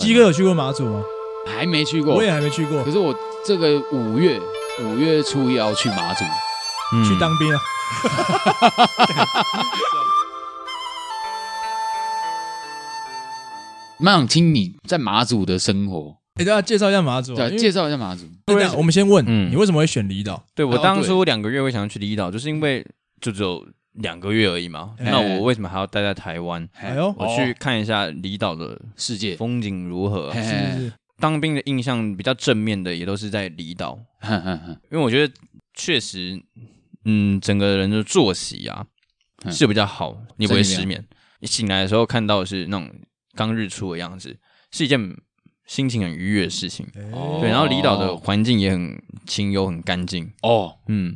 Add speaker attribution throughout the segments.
Speaker 1: 鸡哥有去过马祖吗？
Speaker 2: 还没去过
Speaker 1: 我，也还没去过
Speaker 2: 可，是我这个五月五月初要去马祖，
Speaker 3: 嗯
Speaker 1: 去当兵啊。
Speaker 2: 蛮想听你在马祖的生活，
Speaker 1: 给哎大家介绍一下马祖啊，
Speaker 2: 对，
Speaker 1: 因为
Speaker 2: 介绍啊一下马祖。
Speaker 1: 等一下我们先问
Speaker 3: 嗯
Speaker 1: 你为什么会选离岛？
Speaker 3: 对我
Speaker 2: 哦
Speaker 3: 当
Speaker 2: 对
Speaker 3: 初两个月会想要去离岛，就是因为就只有两个月而已嘛。
Speaker 1: 哎
Speaker 3: 那我为什么还要待在台湾？
Speaker 1: 哎呦
Speaker 2: 哦
Speaker 1: 哦
Speaker 3: 我去看一下离岛的
Speaker 2: 世界，
Speaker 3: 风景如何。
Speaker 2: 嘿
Speaker 1: 是不是？
Speaker 3: 当兵的印象比较正面的也都是在离岛，
Speaker 2: 哼哼哼
Speaker 3: 因为我觉得确实，嗯，整个人的作息啊
Speaker 2: 嗯
Speaker 3: 是比较好，你不会
Speaker 2: 真的
Speaker 3: 失眠。你醒来的时候看到的是那种刚日出的样子，是一件心情很愉悦的事情。
Speaker 2: 哦
Speaker 3: 对，然后离岛的环境也很清幽，很干净。
Speaker 2: 哦，
Speaker 3: 嗯，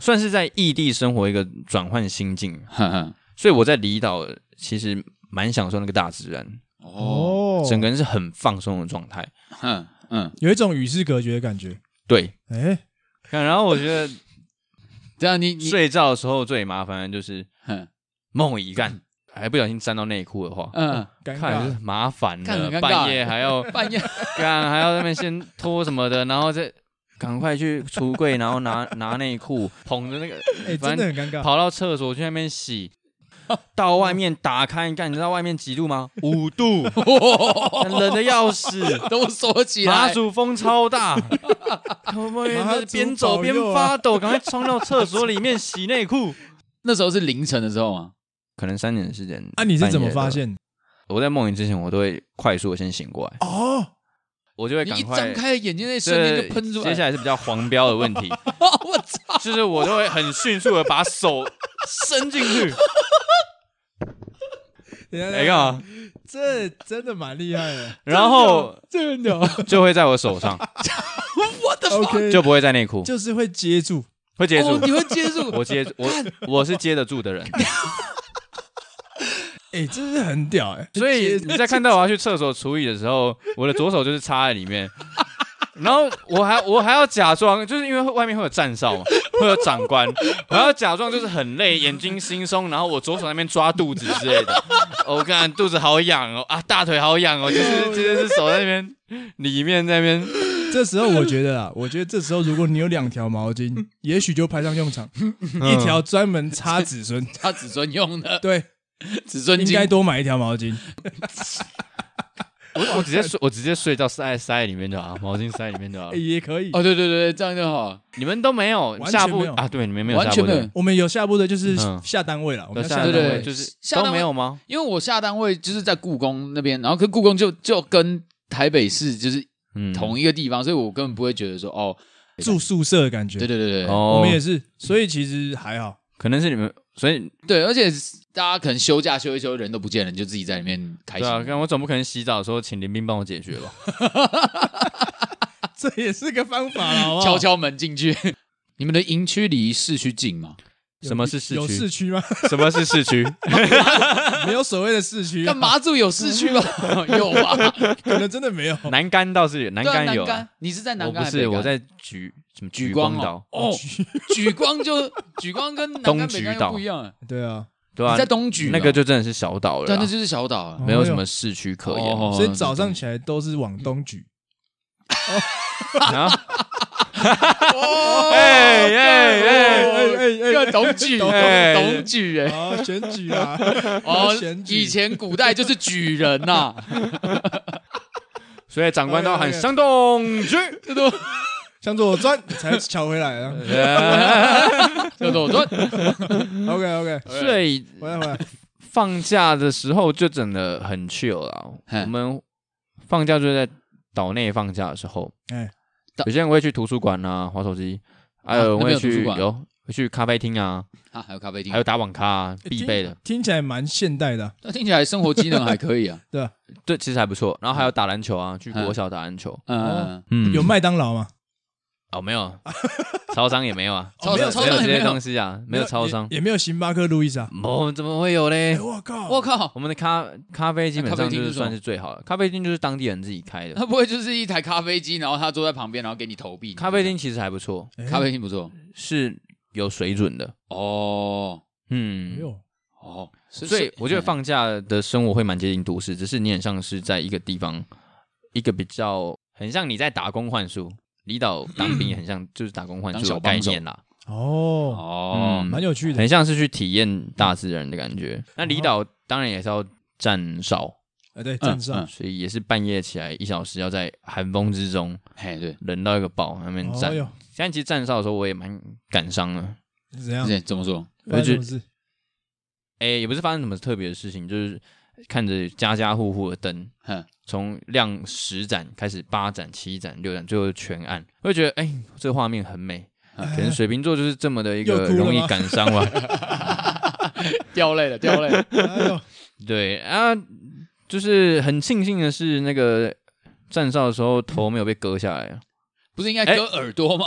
Speaker 3: 算是在异地生活一个转换心境，
Speaker 2: 哼哼
Speaker 3: 所以我在离岛其实蛮享受那个大自然，
Speaker 2: 哦，
Speaker 1: 哦，
Speaker 3: 整个人是很放松的状态。
Speaker 2: 哼嗯，
Speaker 1: 有一种与世隔绝的感觉。
Speaker 3: 对，
Speaker 1: 哎，
Speaker 3: 然后我觉得
Speaker 2: 这样啊你你
Speaker 3: 睡觉的时候最麻烦的就是
Speaker 2: 哼
Speaker 3: 梦遗干，还不小心沾到内裤的话，
Speaker 2: 嗯，
Speaker 1: 尴
Speaker 3: 看
Speaker 1: 尬
Speaker 3: 是麻烦
Speaker 2: 看很尴
Speaker 3: 了，
Speaker 2: 尬
Speaker 3: 半夜还要
Speaker 2: 半夜
Speaker 3: 干，还要在那边先脱什么的，然后再。赶快去橱柜，然后拿拿内裤，捧着那个，
Speaker 1: 哎，真
Speaker 3: 反正
Speaker 1: 的很尴尬。
Speaker 3: 跑到厕所去那 边洗，到外面打开，干，你知道外面几度 吗？五度，冷的要死，
Speaker 2: 都锁起
Speaker 3: 马
Speaker 2: 来，
Speaker 3: 祖风超 大，我
Speaker 1: 马
Speaker 3: 们
Speaker 1: 祖
Speaker 3: 边走边发抖，赶快冲到厕所里面洗内裤。
Speaker 2: 那时候是凌晨的时候嘛，
Speaker 3: 可能三点的时间，
Speaker 1: 啊，你是怎么发
Speaker 3: 半夜的？
Speaker 1: 现的？
Speaker 3: 我在梦里之前，我都会快速的先醒过来，
Speaker 1: 哦，
Speaker 3: 我就会
Speaker 2: 你
Speaker 3: 赶
Speaker 2: 一
Speaker 3: 快
Speaker 2: 张开眼睛那一瞬
Speaker 3: 这
Speaker 2: 间就喷出来，
Speaker 3: 接下来是比较黄标的问题，
Speaker 2: 我操，
Speaker 3: 就是我都会很迅速的把手伸进 去，
Speaker 1: 等一下
Speaker 3: 哎，干嘛？
Speaker 2: 哦
Speaker 1: 这真的蛮厉害的。
Speaker 3: 然后
Speaker 1: 这个鸟
Speaker 3: 就会在我手 上，
Speaker 1: ，OK，
Speaker 3: 就不会在内裤，
Speaker 1: 就是会接住，
Speaker 3: 会哦接住
Speaker 2: 哦，。你会接住，
Speaker 3: 我接我我是接得住的人，
Speaker 1: 哎，真是很屌哎。
Speaker 3: 所以
Speaker 1: 接
Speaker 3: 你在看到我要去厕所处理的时候，我的左手就是插在里面， 然后我还我还要假装，就是因为外面会有站哨嘛，会有长官，我还要假装就是很累，眼睛惺忪，然后我左手那边抓肚子之类的， 哦我看肚子好痒哦啊，大腿好痒哦，就是就是手在那边里面在那边，
Speaker 1: 这时候我觉得啊， 我觉得这时候如果你有两条毛巾，也许就派上用场，一条专门擦子孙，
Speaker 2: 他子孙用的
Speaker 1: 对，
Speaker 2: 子孙
Speaker 1: 应
Speaker 2: 经
Speaker 1: 该多买一条毛巾。
Speaker 3: 我我直接睡我直接睡到塞塞里面就好，毛巾塞里面就好
Speaker 1: 哎，。也可以。
Speaker 2: 哦，对对对，对这样就好，
Speaker 3: 你们都没有
Speaker 1: 完全
Speaker 3: 下部
Speaker 1: 没有
Speaker 3: 啊？对，你们没有
Speaker 2: 完
Speaker 3: 下
Speaker 2: 全
Speaker 3: 部
Speaker 2: 没
Speaker 3: 队
Speaker 2: 有。
Speaker 1: 我们有下部队，就是
Speaker 3: 嗯
Speaker 1: 下单位了。我们
Speaker 3: 有
Speaker 1: 叫
Speaker 3: 下
Speaker 1: 下单
Speaker 3: 单
Speaker 2: 对
Speaker 3: 位
Speaker 1: 位
Speaker 2: 对
Speaker 3: 就是
Speaker 2: 下单
Speaker 3: 都
Speaker 2: 位
Speaker 3: 没有吗？
Speaker 2: 因为我下单位就是在故宫那边，然后可故宫就就跟台北市就是
Speaker 3: 嗯
Speaker 2: 同一个地方，所以我根本不会觉得说哦，
Speaker 1: 住宿舍的感觉。
Speaker 2: 对对对对、
Speaker 3: 哦，
Speaker 1: 我们也是，所以其实还好。
Speaker 3: 可能是你们，所以
Speaker 2: 对，而且大家可能休假休一休，人都不见了，你就自己在里面开
Speaker 3: 对
Speaker 2: 心。
Speaker 3: 啊，刚我总不可能洗澡的时候请林斌帮我解决吧？
Speaker 1: 啊这也是个方法啦，
Speaker 3: 哦
Speaker 1: 好不好
Speaker 2: 敲敲门进去。 你们的营区离市区近 吗？
Speaker 1: 有
Speaker 3: 什么是市区
Speaker 1: 有市区吗？
Speaker 3: 什么是 市区？
Speaker 1: 没有所谓的市
Speaker 3: 啊
Speaker 1: 区，啊
Speaker 2: 干？嘛住有市区 吗？有吧？
Speaker 1: 可能真的没有。
Speaker 3: 南竿倒是有，南
Speaker 2: 对啊，
Speaker 3: 竿
Speaker 2: 南
Speaker 3: 有啊，
Speaker 2: 竿，你是在南
Speaker 3: 我
Speaker 2: 竿
Speaker 3: 不
Speaker 2: 还
Speaker 3: 是
Speaker 2: 北竿
Speaker 3: 我在举什么
Speaker 2: 举
Speaker 3: 光
Speaker 2: 光
Speaker 3: 岛
Speaker 2: 哦，哦， 举光就举光跟南竿
Speaker 3: 东
Speaker 2: 北
Speaker 3: 莒
Speaker 2: 竿又
Speaker 3: 岛
Speaker 2: 不一样啊，
Speaker 1: 对啊，
Speaker 3: 对啊
Speaker 2: 你在，东莒
Speaker 3: 那
Speaker 2: 哦
Speaker 3: 个就真的是小岛了
Speaker 2: 对，那
Speaker 3: 啦，
Speaker 2: 就是小岛啊。
Speaker 3: 没有
Speaker 1: 哦
Speaker 3: 什么市区可言。
Speaker 2: 哦
Speaker 1: 所以早上起来都是往东举。
Speaker 3: 然后
Speaker 2: 哦，
Speaker 3: 哎哎哎
Speaker 2: 要懂举，
Speaker 3: 哎
Speaker 2: 懂举哎，
Speaker 1: 哦，选举啊！
Speaker 2: 哦
Speaker 1: 选，举
Speaker 2: 以前古代就是举人呐，
Speaker 3: 所以长官都要喊
Speaker 1: OK，OK
Speaker 3: 向东 去，
Speaker 2: 这都
Speaker 1: 向左转才瞧回来 啊。
Speaker 2: 这都对，
Speaker 3: 嗯
Speaker 1: OK OK，
Speaker 3: 所以
Speaker 1: 回来回来。
Speaker 3: 放假的时候就真的很 chill 啦。
Speaker 2: 嘿
Speaker 3: 我们放假就是在岛内放假的时候，
Speaker 1: 哎
Speaker 3: 有些人会去图书馆啊，划手机，还啊有人
Speaker 2: 那边
Speaker 3: 会
Speaker 2: 有图
Speaker 3: 去
Speaker 2: 书馆
Speaker 3: 有会去咖啡厅啊，
Speaker 2: 啊，还有咖啡厅
Speaker 3: 还，有打网咖啊，必备的。
Speaker 1: 听起来蛮现代的啊。
Speaker 2: 那听起来生活机能还可以啊。
Speaker 3: 对，其实还不错。然后还有打篮球啊，去国小打篮球。
Speaker 2: 嗯，
Speaker 3: 嗯
Speaker 1: 有麦当劳吗？
Speaker 3: 哦没有？超商也没有啊，
Speaker 1: 哦
Speaker 2: 超
Speaker 1: 没有
Speaker 2: 超
Speaker 3: 没有
Speaker 2: 商
Speaker 3: 这
Speaker 2: 也没
Speaker 3: 些
Speaker 2: 有
Speaker 3: 东。西啊，没有超商
Speaker 1: 也，也没有星巴克、路易莎。
Speaker 3: 哦怎么会有嘞
Speaker 1: 哎，？我靠！
Speaker 2: 我靠，
Speaker 3: 我们的咖咖啡基
Speaker 2: 那
Speaker 3: 本
Speaker 2: 咖
Speaker 3: 上
Speaker 2: 啡厅
Speaker 3: 就是
Speaker 2: 什
Speaker 3: 是
Speaker 2: 么
Speaker 3: 算是最好的，咖啡厅就是当地人自己开的。
Speaker 2: 他不会就是一台咖啡机，然后他坐在旁边，然后给你投币？
Speaker 3: 咖啡厅其实还不错，
Speaker 1: 哎
Speaker 2: 咖啡厅不错
Speaker 3: 是有水准的。
Speaker 2: 哦
Speaker 1: 哎
Speaker 3: 嗯，
Speaker 1: 呦，
Speaker 2: 哦，所嗯
Speaker 3: 所以我觉得放假的生活会蛮接近都市，只是你很像是在一个地方一个比较很像你在打工换宿，离岛当兵也很像就是打工换
Speaker 2: 当
Speaker 3: 宿
Speaker 2: 小
Speaker 3: 的
Speaker 2: 帮
Speaker 3: 概
Speaker 2: 手
Speaker 3: 念啦，
Speaker 1: 哦，
Speaker 2: 哦
Speaker 3: 嗯
Speaker 1: 蛮有趣的
Speaker 3: 很像是去体验大自然的感觉。那离岛当然也是要站哨，
Speaker 1: 哎，对，站
Speaker 2: 嗯
Speaker 1: 哨
Speaker 3: 所以也是半夜起来一小时要在寒风之中
Speaker 2: 嘿，对，
Speaker 3: 冷到一个爆，那边站
Speaker 1: 哎。呦，
Speaker 3: 现在其实站哨的时候我也蛮感伤的，
Speaker 1: 是怎样？
Speaker 2: 这怎么说？
Speaker 1: 发生
Speaker 3: 我就
Speaker 1: 什么事？
Speaker 3: 诶，也不是发生什么特别的事情，就是看着家家户户的灯
Speaker 2: 嗯，
Speaker 3: 从亮十盏开始，八盏、七盏、六盏，最后全暗，我就觉得哎、这个画面很美。啊可能水瓶座就是这么的一
Speaker 1: 嗯 又
Speaker 3: 个
Speaker 1: 哭了吗
Speaker 3: 容易感伤 吧。
Speaker 2: 掉泪了，掉泪了。
Speaker 1: 哎 呦，
Speaker 3: 对啊，就是很庆幸的是，那个站哨的时候头没有被割下来啊。
Speaker 2: 不是应该割耳朵吗？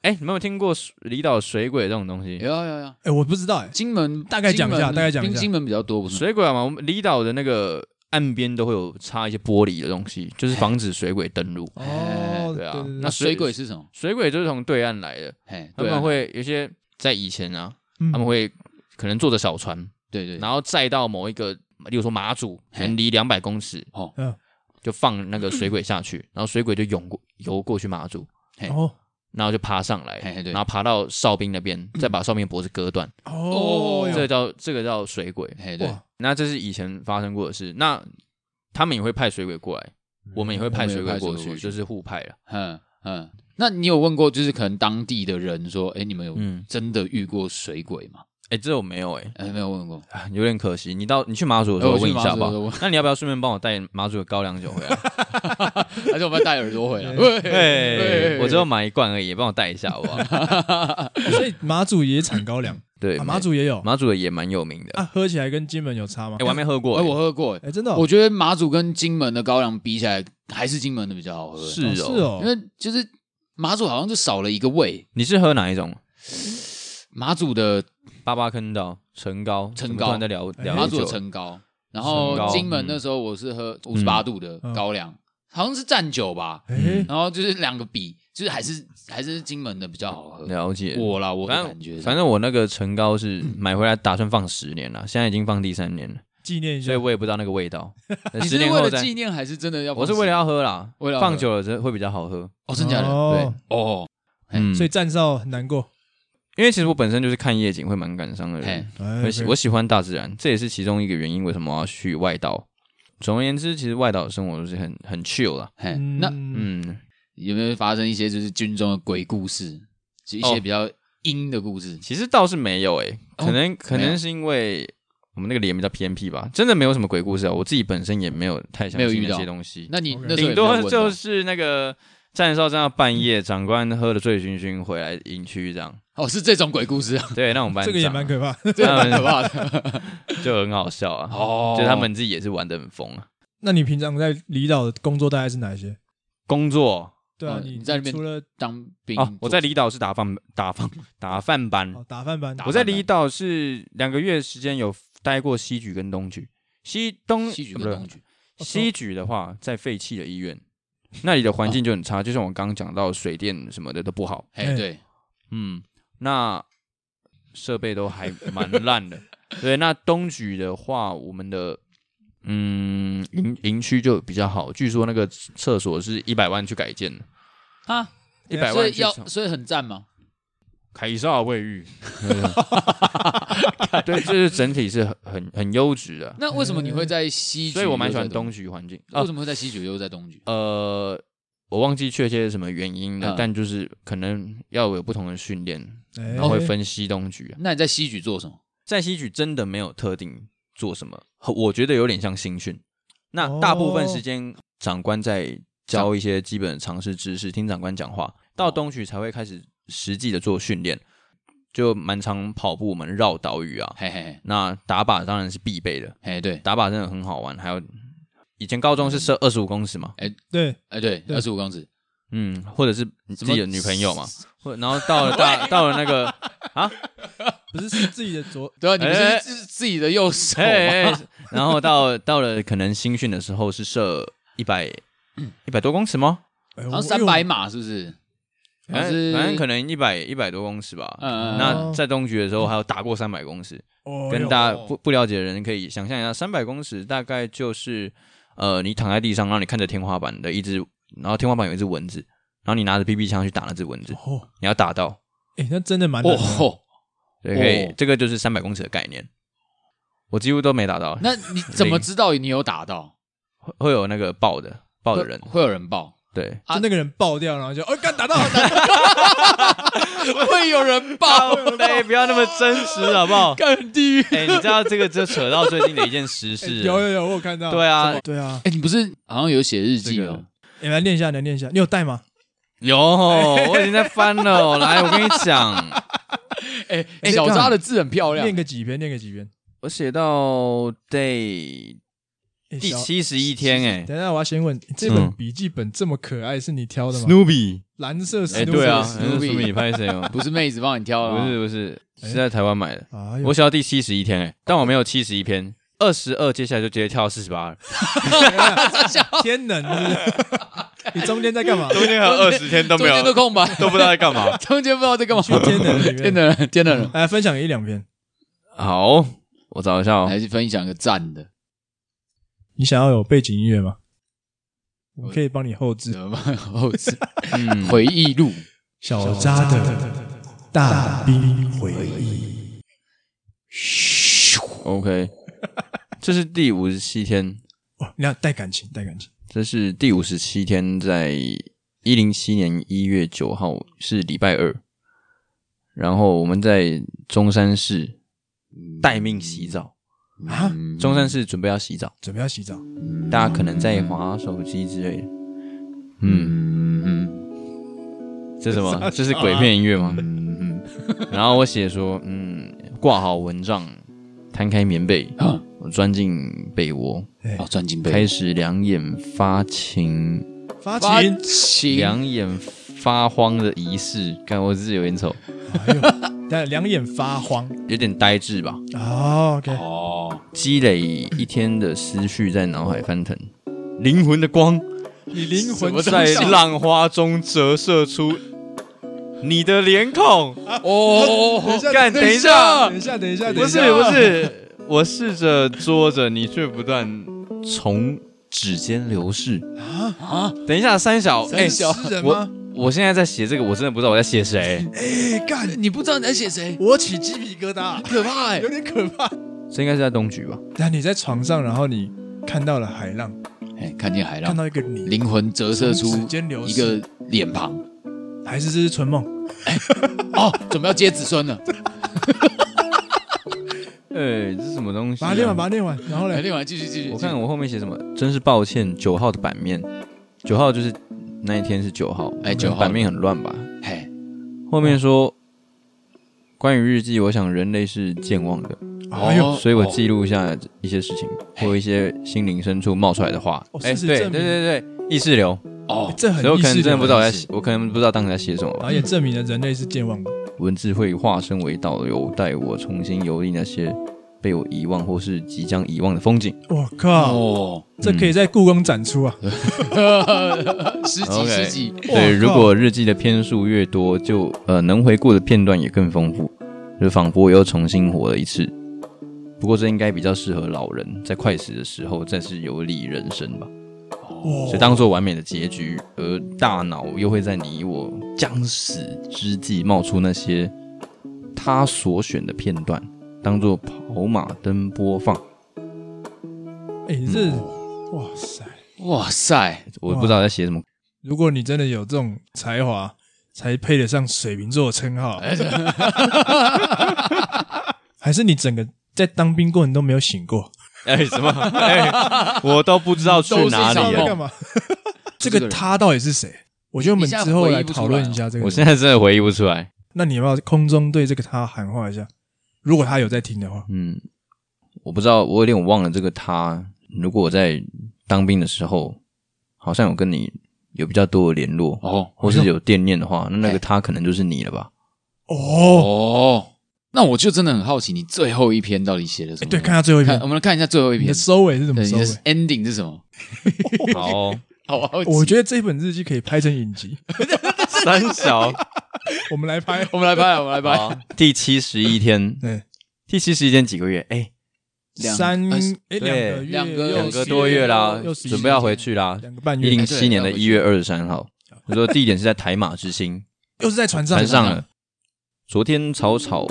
Speaker 3: 哎、你们有没有听过离岛水鬼这种东西？
Speaker 2: 有有有，
Speaker 1: 哎，我不知道， 哎，
Speaker 2: 金门
Speaker 1: 大概讲一下
Speaker 2: 金门
Speaker 1: 大概讲一下
Speaker 2: 金金门比较多，不是吗？
Speaker 3: 水鬼嘛，我们离岛的那个岸边都会有插一些玻璃的东西，就是防止水鬼登陆。
Speaker 1: 哦，
Speaker 3: 对啊
Speaker 1: 对
Speaker 3: 那
Speaker 2: 那
Speaker 3: 水
Speaker 2: 水鬼是什么？
Speaker 3: 水鬼就是从对岸来的，
Speaker 2: 嘿，
Speaker 3: 他
Speaker 2: 对啊
Speaker 3: 们会有些在以前啊，
Speaker 1: 嗯
Speaker 3: 他们会可能坐着小船，
Speaker 2: 对对，
Speaker 3: 然后载到某一个，例如说马祖，
Speaker 2: 嘿
Speaker 3: 可能离两百公尺，
Speaker 2: 哦
Speaker 1: 嗯
Speaker 3: 就放那个水鬼 下去，然后水鬼就涌过游过去马祖，
Speaker 2: 嘿
Speaker 1: 哦
Speaker 3: 然后就爬上来，
Speaker 2: 嘿嘿对嗯
Speaker 3: 然后爬到哨兵那边，再把哨兵脖子割断，
Speaker 1: 哦，
Speaker 2: 啊
Speaker 3: 这个叫这个叫水鬼。
Speaker 2: 嘿对，
Speaker 1: 哇，
Speaker 3: 那这是以前发生过的事，那他们也会派水鬼过来，我们也会派水鬼
Speaker 2: 我
Speaker 3: 过
Speaker 2: 们也派水鬼
Speaker 3: 去，
Speaker 2: 过去
Speaker 3: 就是互派了。
Speaker 2: 嗯嗯。那你有问过，就是可能当地的人说，哎，你们有
Speaker 3: 嗯，
Speaker 2: 真的遇过水鬼吗？
Speaker 3: 哎，这我没有哎，
Speaker 2: 哎，没有问过。
Speaker 3: 啊有点可惜。你到你去马祖的时
Speaker 2: 哎
Speaker 3: 候，
Speaker 2: 我去
Speaker 3: 问一
Speaker 2: 马
Speaker 3: 下
Speaker 2: 祖
Speaker 3: 吧
Speaker 2: 的时候我。
Speaker 3: 那你要不要顺便帮我带马祖的高粱酒回来？
Speaker 2: 而且我们带耳朵回来。喂
Speaker 3: 哎，
Speaker 2: 喂
Speaker 3: 我只有买一罐而已，帮我带一下好不好？
Speaker 1: 所以马祖也产高粱，
Speaker 3: 对，
Speaker 1: 啊马祖也有
Speaker 3: 马祖的也蛮有名的。
Speaker 1: 啊，喝起来跟金门有差吗
Speaker 3: 哎，？我还没喝过
Speaker 2: 哎，
Speaker 3: 哎。
Speaker 2: 我喝过，
Speaker 1: 哎，真的哦，
Speaker 2: 我觉得马祖跟金门的高粱比起来，还是金门的比较好喝。
Speaker 3: 是
Speaker 1: 哦
Speaker 3: 哦
Speaker 1: 是
Speaker 2: 因
Speaker 1: 哦，
Speaker 2: 为就是马祖好像就少了一个味，
Speaker 3: 你是喝哪一种？
Speaker 2: 马祖的
Speaker 3: 八八坑道、陈高、
Speaker 2: 陈
Speaker 3: 怎么
Speaker 2: 高
Speaker 3: 突然在聊
Speaker 1: 哎
Speaker 3: 聊
Speaker 2: 马
Speaker 3: 酒
Speaker 2: 祖的
Speaker 3: 了
Speaker 2: 陈高，然
Speaker 3: 陈高
Speaker 2: 后金门
Speaker 3: 嗯
Speaker 2: 那时候我是喝五十八度的高粱，好像是蘸酒吧，
Speaker 1: 哎，
Speaker 3: 嗯
Speaker 2: 然后就是两个比，就是还是还是金门的比较好喝。
Speaker 3: 了解。
Speaker 2: 我啦，我的
Speaker 3: 反
Speaker 2: 感觉
Speaker 3: 正反正我那个陈高是买回来打算放十年了，现在已经放第三年了，
Speaker 1: 纪念一下
Speaker 3: 所以，我也不知道那个 味道。
Speaker 2: 你
Speaker 3: 十
Speaker 2: 是为
Speaker 3: 年后
Speaker 2: 了
Speaker 3: 再，
Speaker 2: 纪念还是真的要？
Speaker 3: 我是为了要喝啦，
Speaker 2: 为了要喝
Speaker 3: 放久了真会比较好喝。
Speaker 2: 哦，真假的
Speaker 1: 哦，
Speaker 2: 哦，
Speaker 3: 嗯，
Speaker 1: 所以站哨很难过，
Speaker 3: 因为其实我本身就是看夜景会蛮感伤的人
Speaker 2: 嘿，，
Speaker 1: 哎
Speaker 3: 我喜我喜欢大自然，这也是其中一个原因，为什么我要去外岛。总而言之，其实外岛的生活就是很很 chill 啦。
Speaker 2: 嘿，
Speaker 1: 嗯
Speaker 2: 那
Speaker 3: 嗯，
Speaker 2: 有没有发生一些就是军中的鬼故事，就一些
Speaker 3: 哦
Speaker 2: 比较阴的故事？
Speaker 3: 其实倒是没有诶、欸
Speaker 2: 哦
Speaker 3: 可能、可
Speaker 2: 没
Speaker 3: 能
Speaker 2: 有
Speaker 3: 是因为我们那个脸比较偏僻吧，真的没有什么鬼故事啊。我自己本身也没有太相
Speaker 2: 没有
Speaker 3: 信
Speaker 2: 遇
Speaker 3: 那
Speaker 2: 到
Speaker 3: 些东西，
Speaker 2: 那你
Speaker 1: OK
Speaker 2: 那时候有
Speaker 3: 顶
Speaker 2: 没有
Speaker 3: 多
Speaker 2: 问到
Speaker 3: 就是那个站哨站到半夜，长官喝的醉醺醺回来营区 这样。
Speaker 2: 哦，是这种鬼故事啊，
Speaker 3: 对，那种班
Speaker 1: 这个也
Speaker 3: 长
Speaker 1: 蛮可怕。
Speaker 2: 这
Speaker 3: 当
Speaker 2: 蛮
Speaker 3: 然
Speaker 2: 可怕的。
Speaker 3: 就很好笑啊。
Speaker 2: 哦
Speaker 3: 就他们自己也是玩的很疯啊。
Speaker 1: 那你平常在离岛的工作大概是哪些？
Speaker 3: 工作
Speaker 1: 对啊，
Speaker 2: 哦
Speaker 1: 你
Speaker 2: 你在那边
Speaker 1: 除了
Speaker 2: 当兵
Speaker 3: 哦，我在
Speaker 2: 做
Speaker 3: 离岛是打饭 打饭打饭班，
Speaker 1: 哦打饭班，
Speaker 2: 打
Speaker 3: 嗯我在离岛是两个月时间有待过西局跟东局。西东
Speaker 2: 戏剧
Speaker 3: 呃
Speaker 2: 跟
Speaker 3: 不是
Speaker 2: 东局，
Speaker 3: 西局的话，在废弃的医院，那里的环境就很差，就像我刚刚讲到，水电什么的都不好，
Speaker 2: 哎
Speaker 1: 哎
Speaker 2: 对，
Speaker 3: 嗯，那设备都还蛮烂的。对，那东局的话，我们的嗯营营区就比较好，据说那个厕所是一百万去改建的，
Speaker 2: 啊，
Speaker 3: 一百
Speaker 2: 所
Speaker 3: 万
Speaker 2: 以
Speaker 3: 去
Speaker 2: 要
Speaker 3: 重
Speaker 2: 所以很赞嘛，
Speaker 3: 凯撒卫浴，对，就是整体是很很很优质的，
Speaker 2: 那为什么你会在哦西局？
Speaker 3: 所以我蛮喜欢东
Speaker 2: 局。
Speaker 3: 局环境啊
Speaker 2: 为。什么会在西局又在东局？
Speaker 3: 呃，我忘记确切是什么原因了，
Speaker 2: 嗯
Speaker 3: 但就是可能要有不同的训练，
Speaker 1: 然
Speaker 3: 然后会分西东局啊。
Speaker 2: 那你在西局做什么？
Speaker 3: 在西局真的没有特定做什么，我觉得有点像新训。那大部分时间长官在教一些基本的常识知识，听长官讲话。到东局才会开始实际的做训练，就蛮常跑步，我们绕岛屿啊。
Speaker 2: 嘿嘿嘿，
Speaker 3: 那打靶当然是必备的，
Speaker 2: 哎对，
Speaker 3: 打靶真的很好玩。还有以前高中是射二十五公尺嘛，
Speaker 1: 对
Speaker 2: 哎对，
Speaker 1: 对
Speaker 2: 二十五公尺，
Speaker 3: 嗯，或者是你自
Speaker 2: 么
Speaker 3: 己的女朋友 嘛，或然后到了大到了那个，
Speaker 1: 不是是自己的左
Speaker 2: 对啊，你们
Speaker 3: 哎
Speaker 2: 是自自己的右手吗
Speaker 3: 哎，哎然后到到了可能新训的时候是射一百一百多公尺吗？
Speaker 1: 哎
Speaker 2: 好
Speaker 1: 我
Speaker 2: 像三百码是不是？
Speaker 3: 反
Speaker 2: 还
Speaker 3: 正
Speaker 2: 是
Speaker 3: 反正可能一百一百多公尺吧。
Speaker 2: 嗯嗯
Speaker 3: 那在东局的时候还有打过三百公尺，
Speaker 1: 哦
Speaker 3: 跟
Speaker 1: 哟
Speaker 3: 大家不不了解的人可以想象一下，三百公尺大概就是呃，你躺在地上，然后你看着天花板的一只，然后天花板有一只蚊子，然后你拿着 BB 枪去打那只蚊子，
Speaker 1: 哦，
Speaker 3: 你要打到，
Speaker 1: 哎、那真的蛮难
Speaker 2: 哦
Speaker 1: 的
Speaker 2: 吼，
Speaker 3: 对，可以，
Speaker 2: 哦
Speaker 3: 这个就是三百公尺的概念。我几乎都没打到，
Speaker 2: 那你怎么知道你有打到？
Speaker 3: 会会有那个爆的爆的人，
Speaker 2: 会会有人报，
Speaker 3: 对，
Speaker 1: 就那个人爆掉，然后就哦，干打到打到，
Speaker 2: 会有人 报，
Speaker 3: 对，哎不要那么真实好不好？
Speaker 2: 更地狱。
Speaker 3: 哎、你知道这个就扯到最近的一件
Speaker 1: 欸
Speaker 3: 时事 了，
Speaker 1: 有有有，我有看到。
Speaker 3: 对啊，
Speaker 1: 对啊，
Speaker 2: 哎，你不是好像有写日记哦
Speaker 3: 这
Speaker 2: 吗
Speaker 3: 个？
Speaker 1: 你来练一下，你来练一下，你有带吗？
Speaker 3: 有，我已经在翻了 哦。来，我跟你讲，
Speaker 2: 哎
Speaker 1: 哎
Speaker 2: 小
Speaker 1: 干嘛
Speaker 2: 扎的字很漂亮
Speaker 1: 练，个几篇，练个几篇。
Speaker 3: 我写到 day
Speaker 1: 欸
Speaker 3: 第
Speaker 1: 小
Speaker 3: 七十一天、哎
Speaker 1: 等一下，我要先问，这本笔记本这么可爱，是你挑的吗？
Speaker 3: ，Snoopy，
Speaker 1: 蓝色
Speaker 3: 哎、
Speaker 1: 史努比
Speaker 3: 对啊
Speaker 2: Snoopy
Speaker 3: ，Snoopy 拍 谁哦？
Speaker 2: 不是妹子帮你挑的
Speaker 3: 不
Speaker 2: 吗
Speaker 3: 是，不是，
Speaker 1: 哎
Speaker 3: 是在台湾买的。
Speaker 1: 哎呦
Speaker 3: 我写到第七十一天、哎，但我没有七十一篇，二十二，接下来就直接跳到四十八了，
Speaker 1: 天冷是不是，你 中间在干嘛？
Speaker 3: 中间还有二十天都
Speaker 2: 中间都空白，
Speaker 3: 都不知道在干 嘛。
Speaker 2: 中间不知道在干嘛。
Speaker 1: 去天冷里面
Speaker 2: 天的人，天的人，
Speaker 3: 哦
Speaker 1: 来分享一两篇，
Speaker 3: 好，我找一下哦。
Speaker 2: 还是分享个赞的，
Speaker 1: 你想要有背景音乐吗？我可以帮你后置
Speaker 2: 怎。么办？后置
Speaker 3: 嗯，
Speaker 2: 回忆录，
Speaker 1: 小扎的大兵回忆，
Speaker 3: OK，这是第五十七天，
Speaker 1: 哇，你要带感情，带感情。
Speaker 3: 这是第五十七天，在一零七年一月九号是礼拜二，然后我们在中山市待命洗澡，
Speaker 1: 啊
Speaker 2: 嗯
Speaker 3: 中山市准备要洗澡，
Speaker 1: 准备要洗澡，
Speaker 3: 大家可能在划手机之类的。
Speaker 2: 嗯
Speaker 3: 嗯，
Speaker 2: 嗯
Speaker 3: 这是 什么？这是鬼片音乐吗？
Speaker 2: 嗯
Speaker 3: 然后我写说，嗯，挂好蚊帐，摊开棉被，
Speaker 2: 嗯啊，
Speaker 3: 我钻进被窝，
Speaker 2: 哦，钻进被
Speaker 3: 开始两眼发情。
Speaker 1: 发
Speaker 2: 发
Speaker 1: 情，
Speaker 2: 情，
Speaker 3: 两眼发慌的仪式，看我字有点丑，
Speaker 1: 哎呦，但两眼发慌。
Speaker 3: 有点呆滞吧。
Speaker 1: 哦，OK，
Speaker 2: 哦，
Speaker 3: 积累一天的思绪在脑海翻腾，灵魂的光
Speaker 1: 你灵
Speaker 2: 什
Speaker 1: 魂
Speaker 2: 么东
Speaker 3: 在
Speaker 2: 西
Speaker 3: 浪花中折射出你的脸孔。
Speaker 2: 哦，
Speaker 3: 干等一下
Speaker 1: 等一下，等一下，等
Speaker 3: 不
Speaker 1: 一
Speaker 3: 是
Speaker 1: 下，
Speaker 3: 不是，我试着捉着你，却不断从指尖流逝。
Speaker 1: 啊，
Speaker 2: 啊，
Speaker 3: 等一下，三小，哎、
Speaker 2: 三小
Speaker 1: 是人
Speaker 3: 我
Speaker 1: 吗？
Speaker 3: 我现在在写这个，我真的不知道我在写谁。
Speaker 1: 哎，干，
Speaker 2: 你不知道你在写谁，
Speaker 1: 我起鸡皮疙瘩，啊
Speaker 2: 可怕哎
Speaker 1: 有，点可怕。
Speaker 3: 这应该是在东局吧？
Speaker 1: 但你在床上，然后你看到了海浪，
Speaker 2: 哎，看见海
Speaker 1: 看
Speaker 2: 浪，
Speaker 1: 到一个你，
Speaker 2: 灵魂折射出
Speaker 1: 时间流逝
Speaker 2: 一个脸庞，
Speaker 1: 还是这是春梦？
Speaker 2: 哦，准备要接子孙了，
Speaker 3: 哎、这是什么东西、
Speaker 1: 把
Speaker 3: 啊？
Speaker 1: 它练完，把它练完，然后
Speaker 2: 来，
Speaker 1: 嘞，
Speaker 2: 哎另外继续继续，
Speaker 3: 我看我后面写什么，真是抱歉，九号的版面，九号就是那一天是九号，
Speaker 2: 哎9号
Speaker 3: 版面很乱吧？
Speaker 2: 继续，嘿，
Speaker 3: 后面说关于日记，我想人类是健忘的，
Speaker 1: 哎呦，
Speaker 2: 哦
Speaker 3: 所以我记录下一些事情，
Speaker 2: 嘿
Speaker 3: 或一些心灵深处冒出来的话
Speaker 1: 哦。
Speaker 3: 哎，
Speaker 1: 事实
Speaker 3: 对对
Speaker 1: 证明
Speaker 3: 对对，意识流，
Speaker 2: 哦，
Speaker 1: 哎这很
Speaker 3: 所以我可
Speaker 1: 意
Speaker 3: 能
Speaker 1: 识
Speaker 3: 真的
Speaker 1: 流
Speaker 3: 不知道我
Speaker 1: 的
Speaker 3: 在
Speaker 1: 事
Speaker 3: 写，我可能不知道当时在写什么
Speaker 1: 然
Speaker 3: 吧
Speaker 1: 后。也证明了人类是健忘的。
Speaker 3: 文字会化身为导游，带我重新游历那些被我遗忘或是即将遗忘的风景。
Speaker 1: 我靠，
Speaker 2: 哦，
Speaker 1: 这可以在故宫展出啊！
Speaker 2: 十几
Speaker 3: OK
Speaker 2: 十几，
Speaker 3: 对，
Speaker 1: 哇
Speaker 3: 如
Speaker 1: 靠
Speaker 3: 果日记的篇数越多，就呃能回顾的片段也更丰富，就仿佛又重新活了一次。不过这应该比较适合老人在快死的时候再次游历人生吧，
Speaker 1: 哦
Speaker 3: 所以当做完美的结局，而大脑又会在你我将死之际冒出那些他所选的片段，当做跑马灯播放。
Speaker 1: 哎，你这，哇塞！
Speaker 2: 哇塞，
Speaker 3: 我不知道在写什么，
Speaker 1: 如果你真的有这种才华，才配得上水瓶座的称号。 还是你整个在当兵过程都没有醒过？
Speaker 3: 哎、什么？哎、我都不知道去
Speaker 2: 都是
Speaker 3: 哪
Speaker 2: 一
Speaker 3: 里
Speaker 2: 场
Speaker 3: 啊
Speaker 1: 到底在
Speaker 3: 了
Speaker 2: 梦。
Speaker 1: 干嘛？这
Speaker 2: 这个
Speaker 1: 个
Speaker 2: 人
Speaker 1: 他到底是谁？我觉得我们之后来讨论一下这个。
Speaker 3: 我现在真的回忆不出来。
Speaker 1: 那你要不要空中对这个他喊话一下？如果他有在听的话，
Speaker 3: 嗯，我不知道，我有点忘了这个他。如果我在当兵的时候，好像有跟你有比较多的联络，
Speaker 2: 哦
Speaker 3: 或是有惦念的话，
Speaker 1: 哎
Speaker 3: 那那
Speaker 2: 嘿
Speaker 3: 个他可能就是你了吧？
Speaker 1: 哦，
Speaker 2: 哦，那我就真的很好奇，你最后一篇到底写了什
Speaker 1: 哎
Speaker 2: 么？
Speaker 1: 对，看，他最后一
Speaker 2: 看，
Speaker 1: 篇
Speaker 2: 我，们来看一下最后
Speaker 1: 你
Speaker 2: 一篇
Speaker 1: 的，收尾是怎么
Speaker 2: 对，
Speaker 1: 收
Speaker 2: 你的
Speaker 1: 尾？
Speaker 2: ending 是什么？
Speaker 3: 好 哦、
Speaker 2: 好好奇，
Speaker 1: 我觉得这本日记可以拍成影集，
Speaker 3: 三小，
Speaker 1: 我们来拍。
Speaker 2: 啊我们来拍，我们来拍，
Speaker 3: 好第七十一天，
Speaker 1: 对，
Speaker 3: 第七十一天几个月？哎、
Speaker 2: 两
Speaker 1: 三
Speaker 2: 哎
Speaker 1: 哎两
Speaker 3: 对
Speaker 1: 个月
Speaker 2: 两个
Speaker 1: 又
Speaker 3: 两个
Speaker 1: 十
Speaker 3: 多月啦
Speaker 1: 又十，一
Speaker 3: 准备要回去啦。
Speaker 1: 两个半
Speaker 3: 一
Speaker 1: 月，
Speaker 3: 零七年的
Speaker 2: 对
Speaker 3: 一月二十三号，我说地点是在台马之星，
Speaker 1: 又是在船上
Speaker 3: 船上
Speaker 2: 船
Speaker 3: 了。昨天草草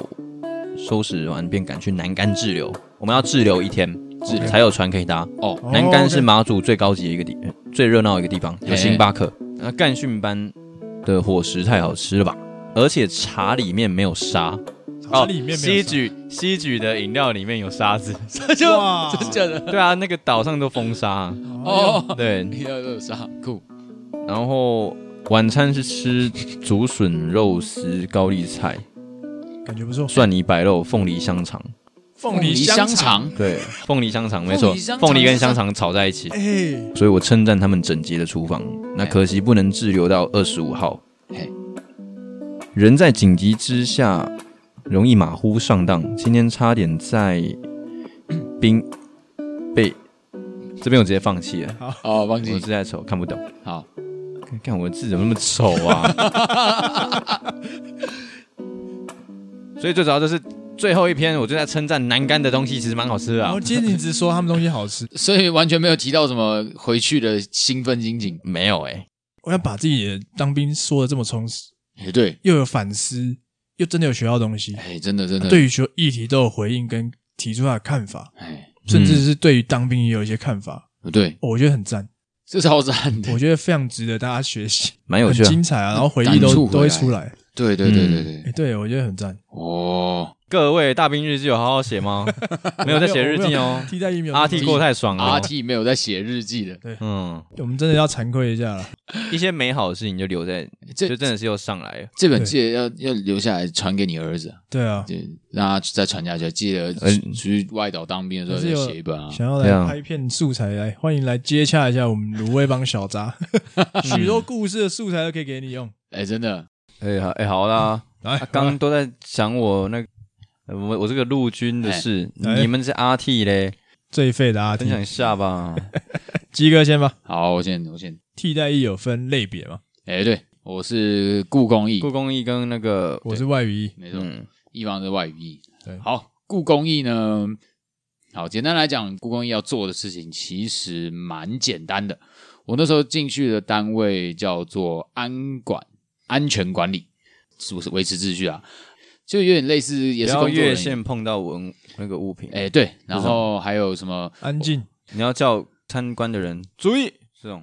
Speaker 3: 收拾完，便赶去南竿滞留。我们要滞留一天，
Speaker 2: 滞留
Speaker 3: 才有船可以搭。
Speaker 2: 哦，
Speaker 1: 哦
Speaker 3: 南竿是
Speaker 1: OK
Speaker 3: 马祖最高级的一个地，呃最热闹的一个地方，有
Speaker 2: 嘿
Speaker 3: 星巴克。那干训班的伙食太好吃了吧？而且茶里面没有沙
Speaker 1: 它哦里面没有
Speaker 3: 哦西举西举的饮料里面有沙 子。
Speaker 2: 这就
Speaker 1: 哇
Speaker 2: 真假的
Speaker 3: 对啊，那个岛上都封沙啊。
Speaker 1: 船
Speaker 2: 哦，
Speaker 3: 对，
Speaker 2: 一二二三，酷，
Speaker 3: 然后晚餐是吃竹笋肉丝、高丽菜、
Speaker 1: 感觉不错。
Speaker 3: 蒜泥白肉、凤梨香肠。
Speaker 1: 凤梨
Speaker 2: 香
Speaker 1: 肠，，
Speaker 3: 对，凤梨香肠没错
Speaker 2: 凤梨香，肠
Speaker 3: 凤梨跟香肠炒在一起，
Speaker 1: 哎，
Speaker 3: 所以我称赞他们整洁的厨房。那可惜不能滞留到二十五号
Speaker 2: 嘿。
Speaker 3: 人在紧急之下容易马虎上当，今天差点在 冰被这边我直接放弃了，
Speaker 2: 哦，忘
Speaker 3: 我
Speaker 2: 记
Speaker 3: 字太丑看不懂。
Speaker 2: 好，
Speaker 3: 看看我的字怎么那么丑啊！ 所以最主要就是最后一篇，我就在称赞南干的东西其实蛮好吃的、
Speaker 1: 然
Speaker 3: 啊
Speaker 1: 后。今天你只说他们东西好吃，
Speaker 2: 所以完全没有提到什么回去的兴奋心情，
Speaker 3: 没有哎、
Speaker 1: 我要把自己的当兵说的这么充实，
Speaker 2: 也对，
Speaker 1: 又有反思，又真的有学到东西，
Speaker 2: 哎，真的真的，，
Speaker 1: 对于学议题都有回应跟提出他的看法，
Speaker 2: 哎，
Speaker 1: 甚
Speaker 3: 嗯
Speaker 1: 至是对于当兵也有一些看法，
Speaker 2: 不对，
Speaker 1: 哦我觉得很赞，
Speaker 2: 这超赞的
Speaker 1: 我，觉得非常值得大家学习，
Speaker 3: 蛮有
Speaker 1: 很
Speaker 3: 趣的。嗯
Speaker 1: 精彩啊，然后回忆
Speaker 2: 感
Speaker 1: 都
Speaker 2: 触回来
Speaker 1: 都会出来，
Speaker 2: 对对对对对
Speaker 1: 哎，，对我觉得很赞。
Speaker 2: 哦，
Speaker 3: 各位大兵日记有好好写吗？没有在写日记哦。
Speaker 1: 替代疫苗，
Speaker 3: 阿 T 过太爽了、
Speaker 2: 阿 T 没有在写日记的，
Speaker 3: 嗯，
Speaker 1: 我们真的要惭愧一下了。
Speaker 3: 一些美好的事情就留在，就
Speaker 2: 这
Speaker 3: 真的是又上来了。
Speaker 2: 这本记得要要留下来传给你儿子，
Speaker 1: 对啊，
Speaker 2: 就让他再传下去，记得
Speaker 3: 呃
Speaker 2: 出去外岛当兵的时候
Speaker 1: 还是有
Speaker 2: 就写一本啊，
Speaker 1: 想要
Speaker 3: 对
Speaker 1: 来
Speaker 3: 啊
Speaker 1: 拍片素材，来欢迎来接洽一下我们卤味帮小 扎，许
Speaker 3: 嗯
Speaker 1: 多故事的素材都可以给你用。
Speaker 2: 哎，真的，
Speaker 3: 哎、好哎、好啦，
Speaker 1: 来
Speaker 3: 啊，刚、都在讲我那个呃我我这个陆军的事，
Speaker 1: 哎哎
Speaker 3: 你们是阿 T 嘞，
Speaker 1: 最废的阿
Speaker 3: 分享
Speaker 1: T，
Speaker 3: 一下吧。
Speaker 1: 鸡哥先吧。
Speaker 2: 好，我先我先，
Speaker 1: 替代役有分类别嘛？
Speaker 2: 哎，对，我是故宫义，
Speaker 3: 故宫一跟那个
Speaker 1: 我是外语役，
Speaker 2: 没错，
Speaker 3: 嗯，
Speaker 2: 一方是外语义。
Speaker 1: 对
Speaker 2: 好，故宫义呢，好，简单来讲，故宫义要做的事情其实蛮简单的。我那时候进去的单位叫做安管，安全管理，是不是维持秩序啊？就有点类似，也
Speaker 3: 不
Speaker 2: 是
Speaker 3: 要
Speaker 2: 工作
Speaker 3: 越
Speaker 2: 人员。
Speaker 3: 线碰到文那个物品，
Speaker 2: 哎、对，然后还有什么？
Speaker 1: 安静，
Speaker 3: 你要叫参观的人注意这种。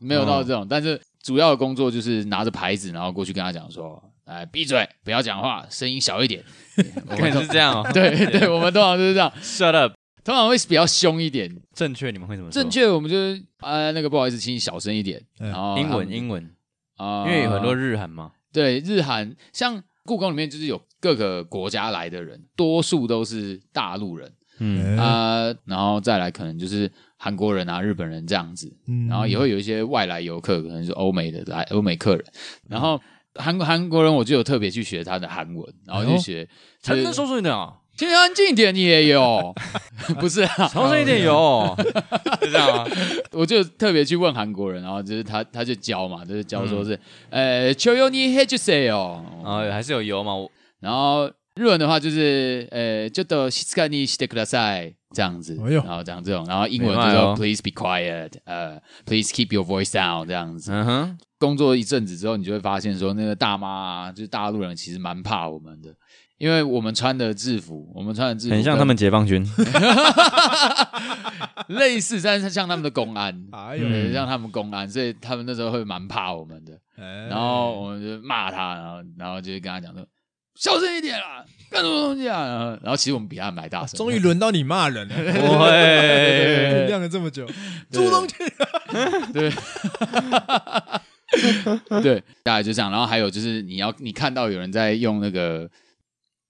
Speaker 2: 没有到这种，
Speaker 3: 哦
Speaker 2: 但是主要的工作就是拿着牌子，然后过去跟他讲说：“哎，闭嘴，不要讲话，声音小一 点。我
Speaker 3: 我
Speaker 2: 们
Speaker 3: 看
Speaker 2: 都
Speaker 3: 是这样 哦
Speaker 2: 对 对，我们通常就是这样，
Speaker 3: ，shut up。
Speaker 2: 通常会比较凶一点，
Speaker 3: 正确你们会怎么说？
Speaker 2: 正确，我们就是呃，那个不好意思，请你小声一点。
Speaker 1: 嗯
Speaker 2: 然后
Speaker 3: 英文
Speaker 2: 他们
Speaker 3: 英文，
Speaker 2: 啊
Speaker 3: 因为有很多日韩嘛。
Speaker 2: 对日韩，像故宫里面就是有各个国家来的人，多数都是大陆人
Speaker 3: 嗯，
Speaker 1: 哎
Speaker 2: 啊、然后再来可能就是韩国人啊、日本人这样子，
Speaker 1: 嗯
Speaker 2: 然后也会有一些外来游客，可能是欧美的来欧美
Speaker 1: 嗯
Speaker 2: 客人，然后。韩国韩国人，我就有特别去学他的韩文，然后
Speaker 1: 哎
Speaker 2: 去
Speaker 1: 呦
Speaker 2: 学，
Speaker 3: 才能说出你的啊，
Speaker 2: 听安静一点，你也有， 不是啊？
Speaker 3: 重声一点有， 是这样吗？
Speaker 2: 我就特别去问韩国人，然后就是他他就教嘛，就是教说是，
Speaker 3: 嗯
Speaker 2: 呃，求求你 h 就 say 哦，
Speaker 3: 啊，还是有油嘛？我
Speaker 2: 然后日文的话就是，呃，就到西斯卡尼西德克拉塞这样子，
Speaker 1: 哎呦
Speaker 2: 然后讲这种，然后英文就
Speaker 3: 明白
Speaker 2: 说
Speaker 3: 哦
Speaker 2: please be quiet，呃，please keep your voice down 这样子。
Speaker 3: 嗯哼，
Speaker 2: 工作一阵子之后，你就会发现说，那个大妈、啊、就是大陆人，其实蛮怕我们的，因为我们穿的制服，我们穿的制服
Speaker 3: 很像他们解放军。
Speaker 2: 跟 类似，但是像他们的公安。
Speaker 1: 哎呦，
Speaker 3: 嗯
Speaker 2: 对，像他们公安，所以他们那时候会蛮怕我们的。
Speaker 1: 哎
Speaker 2: 然后我们就骂他，然后然后就跟他讲说，小声一点啦，干什么东西啊？然后然后其实我们比他们还大声，
Speaker 1: 啊终于轮到你骂人了，
Speaker 3: 不
Speaker 1: 酝
Speaker 3: 会，
Speaker 1: 酿了这么久，朱东去
Speaker 2: 对。对， 大概就这样。然后还有就是，你要你看到有人在用那个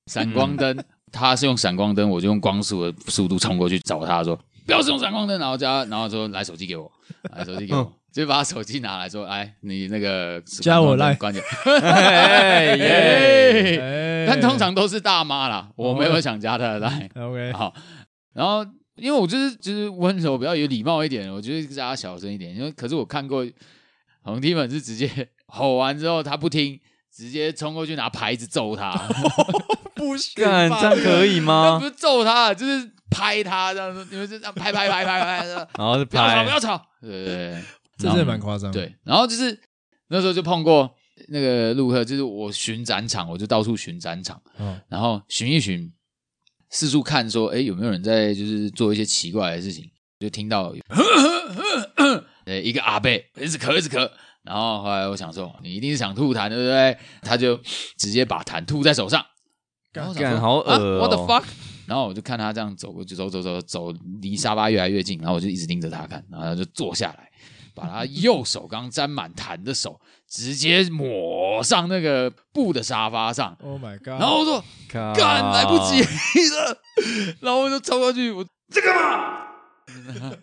Speaker 2: 闪
Speaker 1: 嗯
Speaker 2: 光灯，他是用闪光灯，我就用光速的速度冲过去找他说，不要使用闪光灯，然后叫他，然后说来手机给我，来手机给我，就把他手机拿来说，来你那个
Speaker 1: 嗯加我
Speaker 2: 来
Speaker 1: line
Speaker 2: 关键。
Speaker 3: 哎耶！
Speaker 2: 哎
Speaker 1: 哎哦
Speaker 2: 但通常都是大妈啦，我没有想加她 的 line。
Speaker 1: OK，
Speaker 2: 好，然后因为我就是就是温柔，比较有礼貌一点，我就是叫她小声一点。因为可是我看过红 T 们 是直接吼完之后她不听，直接冲过去拿牌子揍她。
Speaker 1: 不行吧，
Speaker 3: 干这样可以
Speaker 2: 那
Speaker 3: 吗
Speaker 2: 不？是揍他，就是拍他这样子，你们就这样拍拍拍拍拍，说
Speaker 3: 然后就
Speaker 2: 不要吵
Speaker 3: 拍
Speaker 2: 不，要吵，对对对
Speaker 1: 这真的蛮夸张。，
Speaker 2: 对，然后就是那时候就碰过那个陆克，就是我巡展场，我就到处巡展场，
Speaker 1: 嗯
Speaker 2: 然后巡一巡，四处看说，哎，有没有人在就是做一些奇怪的事情？就听到有 呃一个阿贝一直咳一直咳，然后后来我想说，你一定是想吐痰，对不对？他就直接把痰吐在手上，然后我想
Speaker 3: 干
Speaker 2: 说
Speaker 3: 好恶
Speaker 2: 啊
Speaker 3: 哦
Speaker 2: ，what the fuck？然后我就看他这样走过去，走走走走，离沙发越来越近，然后我就一直盯着他看，然后他就坐下来，把他右手刚沾满痰的手直接抹上那个布的沙发上，
Speaker 1: ，Oh my god！
Speaker 2: 然后我说
Speaker 3: 干
Speaker 2: 干来不及了，然后我就冲过去，我这个嘛，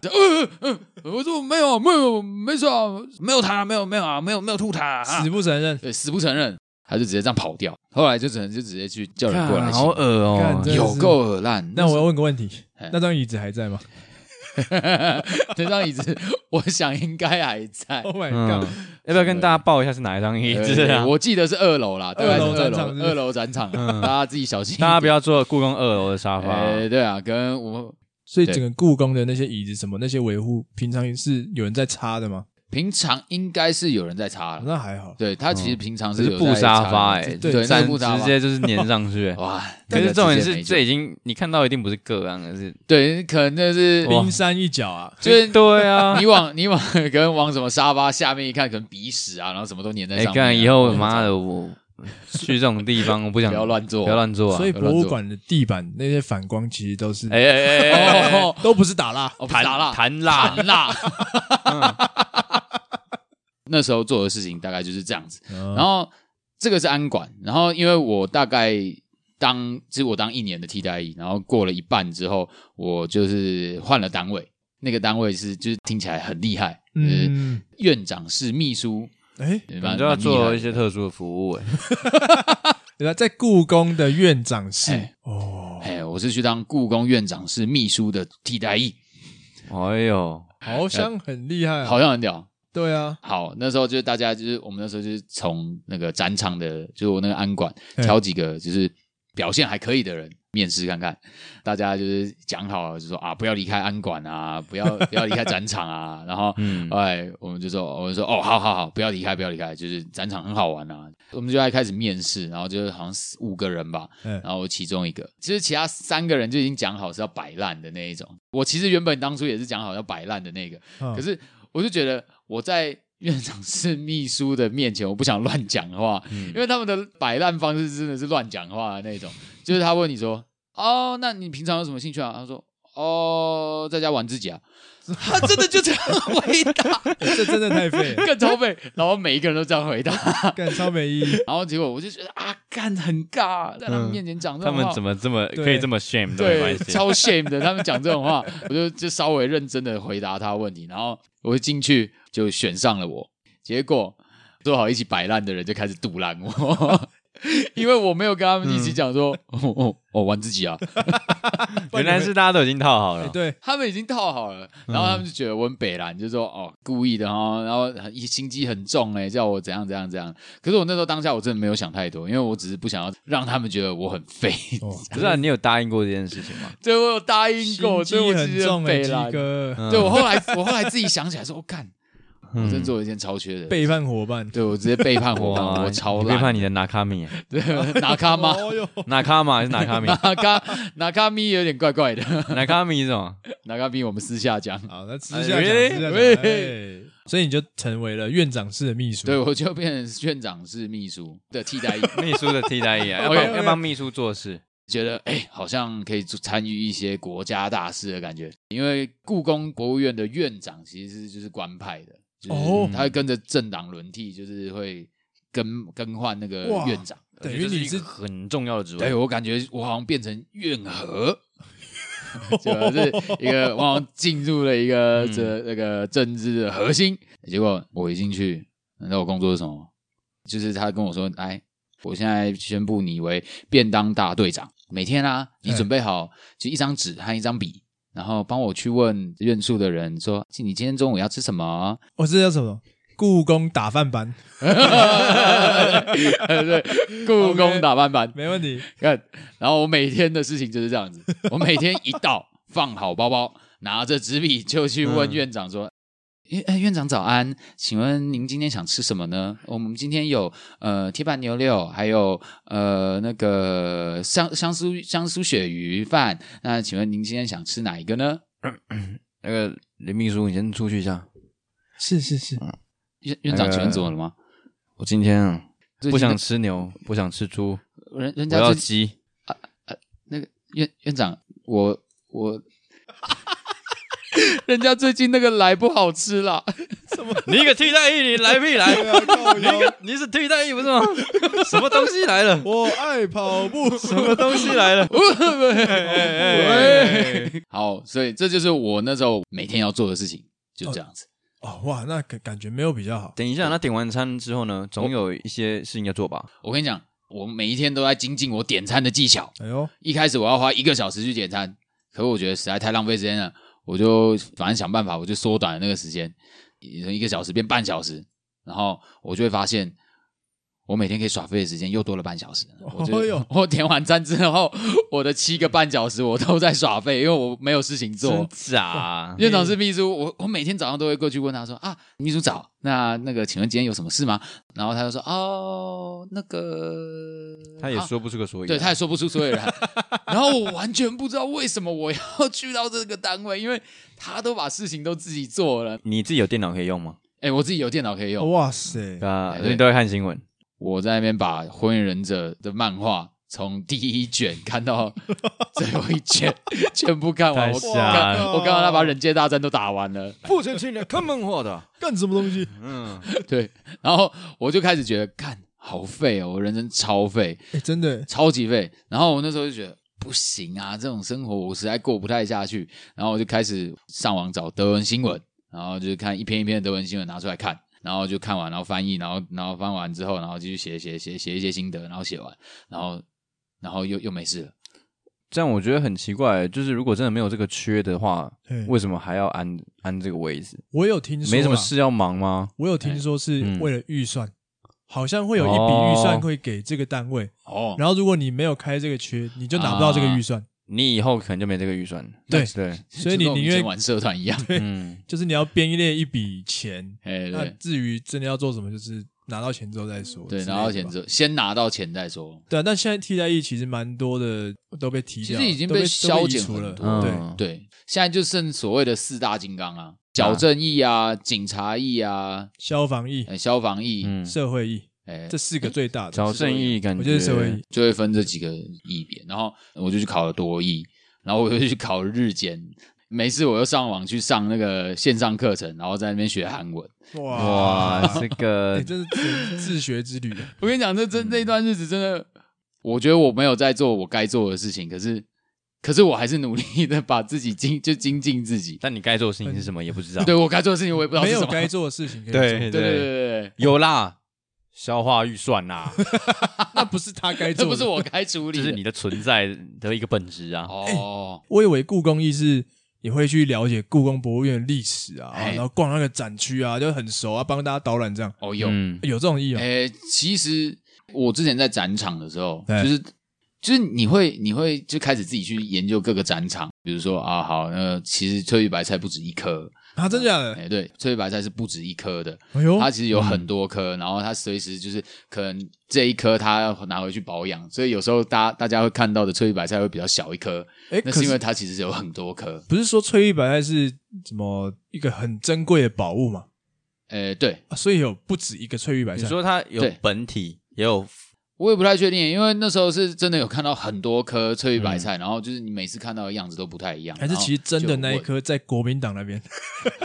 Speaker 2: 嗯嗯嗯，我说没有没有没事啊，没有痰啊，没有没有啊，没有没有吐痰啊，
Speaker 1: 死不承认，
Speaker 2: 对死不承认，他就直接这样跑掉，后来就只能就直接去叫人过来
Speaker 3: 干
Speaker 2: 清
Speaker 3: 好恶哦
Speaker 1: 干！真的
Speaker 2: 有
Speaker 1: 是
Speaker 2: 够恶烂。
Speaker 1: 那我要问个问题
Speaker 2: 哎，
Speaker 1: 那张椅子还在吗
Speaker 2: 这张椅子，我想应该还在。
Speaker 1: ？Oh
Speaker 3: 嗯
Speaker 1: my god！
Speaker 3: 要不要跟大家报一下是哪一张椅子
Speaker 2: 对
Speaker 3: 啊？
Speaker 2: 哎我记得是二楼啦，对，
Speaker 1: 二楼
Speaker 2: 是二
Speaker 1: 展场是不
Speaker 2: 楼，
Speaker 1: 是
Speaker 2: 二楼展场，啊
Speaker 3: 嗯
Speaker 2: 大家自己小心一点。
Speaker 3: 大家不要坐故宫二楼的沙发，
Speaker 2: 哎，对啊，跟我
Speaker 1: 所以
Speaker 2: 对
Speaker 1: 整个故宫的那些椅子什么那些维护，平常是有人在擦的吗？
Speaker 2: 平常应该是有人在擦了。
Speaker 1: 那还好，
Speaker 2: 对他其实平常
Speaker 3: 这
Speaker 2: 是
Speaker 3: 是
Speaker 2: 有
Speaker 3: 布
Speaker 2: 在
Speaker 3: 沙
Speaker 2: 擦
Speaker 3: 发
Speaker 2: 的
Speaker 3: 哎，
Speaker 2: 对，那
Speaker 3: 粘
Speaker 2: 个布沙
Speaker 3: 直
Speaker 2: 发。
Speaker 3: 接就是粘上去
Speaker 2: 哇！那
Speaker 3: 可是
Speaker 2: 个
Speaker 3: 重点
Speaker 2: 直接
Speaker 3: 是，
Speaker 2: 没
Speaker 3: 这
Speaker 2: 救
Speaker 3: 已经你看到一定不是个案，而是
Speaker 2: 对， 可能就是
Speaker 3: 哇
Speaker 1: 冰山一角啊。
Speaker 2: 就是
Speaker 3: 对啊。
Speaker 2: 你往你往可能往什么沙发下面一看，可能鼻屎啊，然后什么都粘在
Speaker 3: 哎，
Speaker 2: 上面啊。
Speaker 3: 干以后
Speaker 2: 我
Speaker 3: 妈的我去这种地方，我不想
Speaker 2: 不要乱做，
Speaker 3: 不要乱做啊
Speaker 1: 所！以博物馆的地板那些反光其实都是
Speaker 3: 哎哎哎哎哎哎，
Speaker 2: 哦。
Speaker 1: 都不是打蜡，
Speaker 2: 哦，不是
Speaker 3: 弹
Speaker 2: 打蜡，
Speaker 3: 弹蜡，
Speaker 2: 很辣。 那时候做的事情大概就是这样子。
Speaker 1: 然
Speaker 2: 然后呃这个是安管，然后因为我大概当，其实我当一年的替代役，然后过了一半之后，我就是换了单位。那个单位是就是听起来很厉害，嗯，
Speaker 1: 嗯，
Speaker 2: 院长室秘书，
Speaker 1: 哎，
Speaker 2: 对吧？
Speaker 3: 你就要
Speaker 2: 蛮厉害
Speaker 3: 做
Speaker 2: 的
Speaker 3: 一些特殊的服务哎。
Speaker 1: 原来在故宫的院长室
Speaker 2: 哎
Speaker 1: 哦，
Speaker 2: 哎，我是去当故宫院长室秘书的替代役，
Speaker 3: 哎呦，
Speaker 1: 好像很厉害啊。
Speaker 2: 好像很屌。
Speaker 1: 对啊，
Speaker 2: 好，那时候就是大家就是我们那时候就是从那个展场的，就是我那个安管
Speaker 1: 嗯
Speaker 2: 挑几个就是表现还可以的人面试看看，大家就是讲好就说啊不要离开安管啊，不要 不要离开展场啊，然后
Speaker 3: 嗯，
Speaker 2: 哎我们就说我们说哦好好好不要离开不要离开，就是展场很好玩啊，我们就在开始面试，然后就是好像四五个人吧，
Speaker 1: 嗯，
Speaker 2: 然后其中一个，其实其他三个人就已经讲好是要摆烂的那一种。我其实原本当初也是讲好要摆烂的那个，
Speaker 1: 嗯
Speaker 2: 可是我就觉得我在院长室秘书的面前，我不想乱讲话，因为他们的摆烂方式真的是乱讲话的那种。就是他问你说：“哦，那你平常有什么兴趣啊？”他说：“哦，在家玩自己啊。” 他真的就这样回答，
Speaker 1: 这真的太废了，
Speaker 2: 更超费。然后每一个人都这样回答，
Speaker 1: 干超没意义。
Speaker 2: 然后结果我就觉得啊，干很尬，在他们
Speaker 3: 嗯
Speaker 2: 面前讲这
Speaker 3: 他
Speaker 2: 种话。
Speaker 3: 们怎么这么
Speaker 1: 对
Speaker 3: 可以这么 shame 都没
Speaker 2: 对
Speaker 3: 关，系。
Speaker 2: 超 shame 的，他们讲这种话，我就就稍微认真的回答他问题，然后我就进去就选上了我，结果做好一起摆烂的人就开始堵拦我， 因为我没有跟他们一
Speaker 1: 嗯
Speaker 2: 起讲说，哦哦哦玩自己啊，
Speaker 3: 原来是大家都已经套好
Speaker 1: 哎，
Speaker 3: 了，
Speaker 1: 对，
Speaker 2: 他们已经套好了，然后他
Speaker 1: 嗯
Speaker 2: 们就觉得我很北蓝，就说哦故意的哦，然后很心机很重哎、叫我怎样怎样怎样，可是我那时候当下我真的没有想太多，因为我只是不想要让他们觉得我很废，
Speaker 1: 哦，
Speaker 3: 不是啊你有答应过这件事情吗？
Speaker 2: 所以我有答应过，
Speaker 1: 心
Speaker 2: 所以
Speaker 1: 机
Speaker 2: 我其
Speaker 1: 很
Speaker 2: 实
Speaker 1: 重
Speaker 2: 很
Speaker 1: 哎，
Speaker 2: 北蓝
Speaker 1: 鸡。哥，
Speaker 2: 对我后来， 我后来自己想起来说，我、哦干，我真
Speaker 3: 嗯
Speaker 2: 做了一件超缺的，
Speaker 1: 背叛伙伴，
Speaker 2: 对我直接背叛伙伴，
Speaker 3: 哇，
Speaker 2: 我超
Speaker 3: 你
Speaker 2: 烂，
Speaker 3: 背叛你的纳卡米，
Speaker 2: 对 拿卡吗？
Speaker 1: 哦哟，
Speaker 3: 纳卡嘛还是纳卡 米？
Speaker 2: 拿卡拿卡咪有点怪怪的，
Speaker 3: 纳卡米这种，
Speaker 2: 拿卡咪我们私下讲。
Speaker 1: 好，那私
Speaker 3: 哎
Speaker 1: 下讲，
Speaker 3: 喂
Speaker 1: 私下讲
Speaker 2: 喂
Speaker 1: 哎所以你就成为了院长室的秘书，
Speaker 2: 对，我就变成院长室秘书的替代役，
Speaker 3: 秘书的替代役啊，要
Speaker 2: OK，OK
Speaker 3: 帮要帮秘书做事，
Speaker 2: 觉得哎、好像可以做参与一些国家大事的感觉。因为故宫博物院的院长其实是就是官派的，就是
Speaker 1: 哦
Speaker 2: 他会跟着政党轮替，就是会更更换那个
Speaker 1: 哇
Speaker 2: 院长。
Speaker 1: 等于
Speaker 3: 这
Speaker 1: 你
Speaker 3: 一
Speaker 1: 是
Speaker 3: 个很重要的职
Speaker 2: 对
Speaker 3: 位。
Speaker 2: 我感觉我好像变成怨和， 就是一个我好像进入了一个
Speaker 3: 嗯
Speaker 2: 这那个政治的核心。结果我一进去，你知道我工作是什么吗？就是他跟我说：“哎，我现在宣布你为便当大队长，每天啊，你
Speaker 1: 哎
Speaker 2: 准备好就一张纸和一张笔。”然后帮我去问院处的人说：“你今天中午要吃什么？
Speaker 1: 哦，这叫什么？故宫打饭班，
Speaker 2: 对，故宫打扮版，
Speaker 1: 没问题。
Speaker 2: 看，然后我每天的事情就是这样子，我每天一到放好包包，拿着纸笔就去问
Speaker 3: 嗯
Speaker 2: 院长说。诶哎，院长早安，请问您今天想吃什么呢？我们今天有呃铁板牛柳，还有呃那个香香酥香酥鳕鱼饭。那请问您今天想吃哪一个呢？
Speaker 3: 那个林秘书，你先出去一下。
Speaker 1: 是是是，
Speaker 2: 院院长，
Speaker 3: 呃
Speaker 2: 请问怎么了吗？
Speaker 3: 我今天啊
Speaker 2: 最近
Speaker 3: 不想
Speaker 2: 的
Speaker 3: 吃牛，不想吃猪，
Speaker 2: 人人
Speaker 3: 我
Speaker 2: 家
Speaker 3: 要
Speaker 2: 最
Speaker 3: 鸡。
Speaker 2: 那个院院长，我我， 人家最近那个来不好吃 啦。
Speaker 3: 你一个替代役，你来必来，
Speaker 1: 啊
Speaker 3: 你一个 你是替代役不是 吗？什么东西来了？
Speaker 1: 我爱跑步，
Speaker 3: 什么东西来 了？
Speaker 2: 喂，好，所以这就是我那时候每天要做的事情，就这样子。
Speaker 1: 哦哇，那感感觉没有比较好。
Speaker 3: 等一下，那点完餐之后呢，总有一些事情要做吧？
Speaker 2: 我跟你讲，我每一天都在精进我点餐的技巧。
Speaker 1: 哎呦，
Speaker 2: 一开始我要花一个小时去点餐，可我觉得实在太浪费时间了，我就反正想办法，我就缩短了那个时间，从一个小时变半小时，然后我就会发现。我每天可以耍废的时间又多了半小时。我觉
Speaker 1: 哦
Speaker 2: 得
Speaker 1: 哟
Speaker 2: 我点完餐之后，我的七个半小时我都在耍废，因为我没有事情做。
Speaker 3: 真假？
Speaker 2: 院长是秘书，我我每天早上都会过去问他说啊，秘书早，那那个请问今天有什么事吗？然后他就说哦，那个
Speaker 3: 他也
Speaker 2: 啊
Speaker 3: 说不出个所以
Speaker 2: 对，
Speaker 3: 然。
Speaker 2: 他也说不出所以然。 然后我完全不知道为什么我要 去到这个单位，因为他都把事情都自己做了。
Speaker 3: 你自己有电脑可以用吗？
Speaker 2: 哎，我自己有电脑可以用，
Speaker 1: 哇塞
Speaker 3: 对，啊，
Speaker 2: 对
Speaker 3: 所以你都会看新闻。
Speaker 2: 我在那边把《火影忍者》的漫画。从第一卷看到最后一卷， 全部看完。
Speaker 3: 太
Speaker 2: 我
Speaker 3: 吓
Speaker 2: 看
Speaker 1: 人了
Speaker 2: 我看到他把忍界大战都打完了。
Speaker 3: 不成器的，看漫画的。
Speaker 1: 干什么东西？
Speaker 3: 嗯，
Speaker 2: 对，然后我就开始觉得，干好废哦，我人生超废，
Speaker 1: 哎，真的，
Speaker 2: 超级废。然后我那时候就觉得不行啊，这种生活我实在过不太下去。然后我就开始上网找德文新闻，然后就是看一篇一篇的德文新闻拿出来看，然后就看完，然后翻译，然后然后翻完之后，然后继续写写写写一些心得，然后写完，然后然后又又没事了。
Speaker 3: 这样我觉得很奇怪，就是如果真的没有这个缺的话，
Speaker 1: 嘿
Speaker 3: 为什么还要安安这个位置？
Speaker 1: 我有听说，啊
Speaker 3: 没什么，事要忙吗？
Speaker 1: 我有听说是
Speaker 3: 嗯
Speaker 1: 为了预算，好像会有一笔预算会给这个单位，
Speaker 2: 哦，啊
Speaker 1: 然后如果你没有开这个缺，你就拿不到这个预算，
Speaker 3: 你以后可能就没这个预算。
Speaker 1: 对
Speaker 3: 对，
Speaker 1: 所以你
Speaker 2: 就跟我们
Speaker 1: 宁
Speaker 2: 以前
Speaker 1: 愿
Speaker 2: 玩社团一样。
Speaker 3: 嗯，
Speaker 1: 就是你要编列一笔钱，
Speaker 2: 哎，
Speaker 1: 那
Speaker 2: 对
Speaker 1: 至于真的要做什么，就是拿到钱之后再说。
Speaker 2: 对，拿到钱之
Speaker 1: 后。
Speaker 2: 后，先拿到钱再说。
Speaker 1: 对啊，但现在替代役其实蛮多的都被提掉了，
Speaker 2: 其实已经
Speaker 1: 都被
Speaker 2: 被消减
Speaker 1: 都被移除了
Speaker 2: 很。多
Speaker 1: 对，
Speaker 3: 嗯，
Speaker 2: 对，现在就剩所谓的四大金刚啊，矫正役啊、警察役啊、
Speaker 1: 消防役、
Speaker 2: 呃消防役，
Speaker 3: 嗯，
Speaker 1: 社会役
Speaker 2: 哎、
Speaker 1: 这四个最大的，
Speaker 3: 找正义感
Speaker 1: 我觉得社会役
Speaker 2: 就会分这几个役别。然后我就去考了多役，然后我又去考日检。没事，我又上网去上那个线上课程，然后在那边学韩文。
Speaker 3: 哇，这个
Speaker 1: 哎，这是自自学之旅。啊
Speaker 2: 我跟你讲，这真
Speaker 1: 嗯
Speaker 2: 那段日子真的，我觉得我没有在做我该做的事情，可是，可是我还是努力的把自己精就精进自己。
Speaker 3: 但你该做的事情是什么也不知道。
Speaker 2: 对我该做的事情，我也不知道
Speaker 1: 没
Speaker 2: 是什
Speaker 1: 有
Speaker 2: 么。
Speaker 1: 该做的事情可以做，
Speaker 3: 对
Speaker 2: 对对对对对，
Speaker 3: 有啦，消化预算啦，
Speaker 1: 那不是他该做
Speaker 2: 这
Speaker 1: 的，
Speaker 2: 不是。我该处理
Speaker 3: 这
Speaker 2: 的。
Speaker 3: 是你的存在的一个本质啊。
Speaker 2: 哦，
Speaker 1: 我以为故宫役是也会去了解故宫博物院的历史啊，
Speaker 2: 哎
Speaker 1: 然后逛那个展区啊，就很熟啊，帮大家导览这样。
Speaker 2: 哦有，
Speaker 3: 嗯
Speaker 1: 有这种意啊？
Speaker 2: 诶、其实我之前在展场的时候，
Speaker 1: 对
Speaker 2: 就是就是你会你会就开始自己去研究各个展场，比如说啊，好，那其实翠玉白菜不止一颗，
Speaker 1: 啊，真假的？
Speaker 2: 哎、啊对，翠玉白菜是不止一颗的，
Speaker 1: 哎呦，
Speaker 2: 它其实有很多颗，然后它随时就是可能这一颗它要拿回去保养，所以有时候大家大家会看到的翠玉白菜会比较小一颗，
Speaker 1: 哎，可
Speaker 2: 那是
Speaker 1: 是
Speaker 2: 因为它其实有很多颗，
Speaker 1: 不是说翠玉白菜是什么一个很珍贵的宝物嘛？
Speaker 2: 诶、对。
Speaker 1: 啊所以有不止一个翠玉白
Speaker 3: 你
Speaker 1: 菜。
Speaker 3: 说它有
Speaker 2: 对
Speaker 3: 本体，也有
Speaker 2: 我也不太确定，因为那时候是真的有看到很多颗翠玉白菜，然后就是你每次看到的样子都不太一样。
Speaker 1: 嗯还是其实真的那一
Speaker 2: 颗。
Speaker 1: 颗在国民党那边，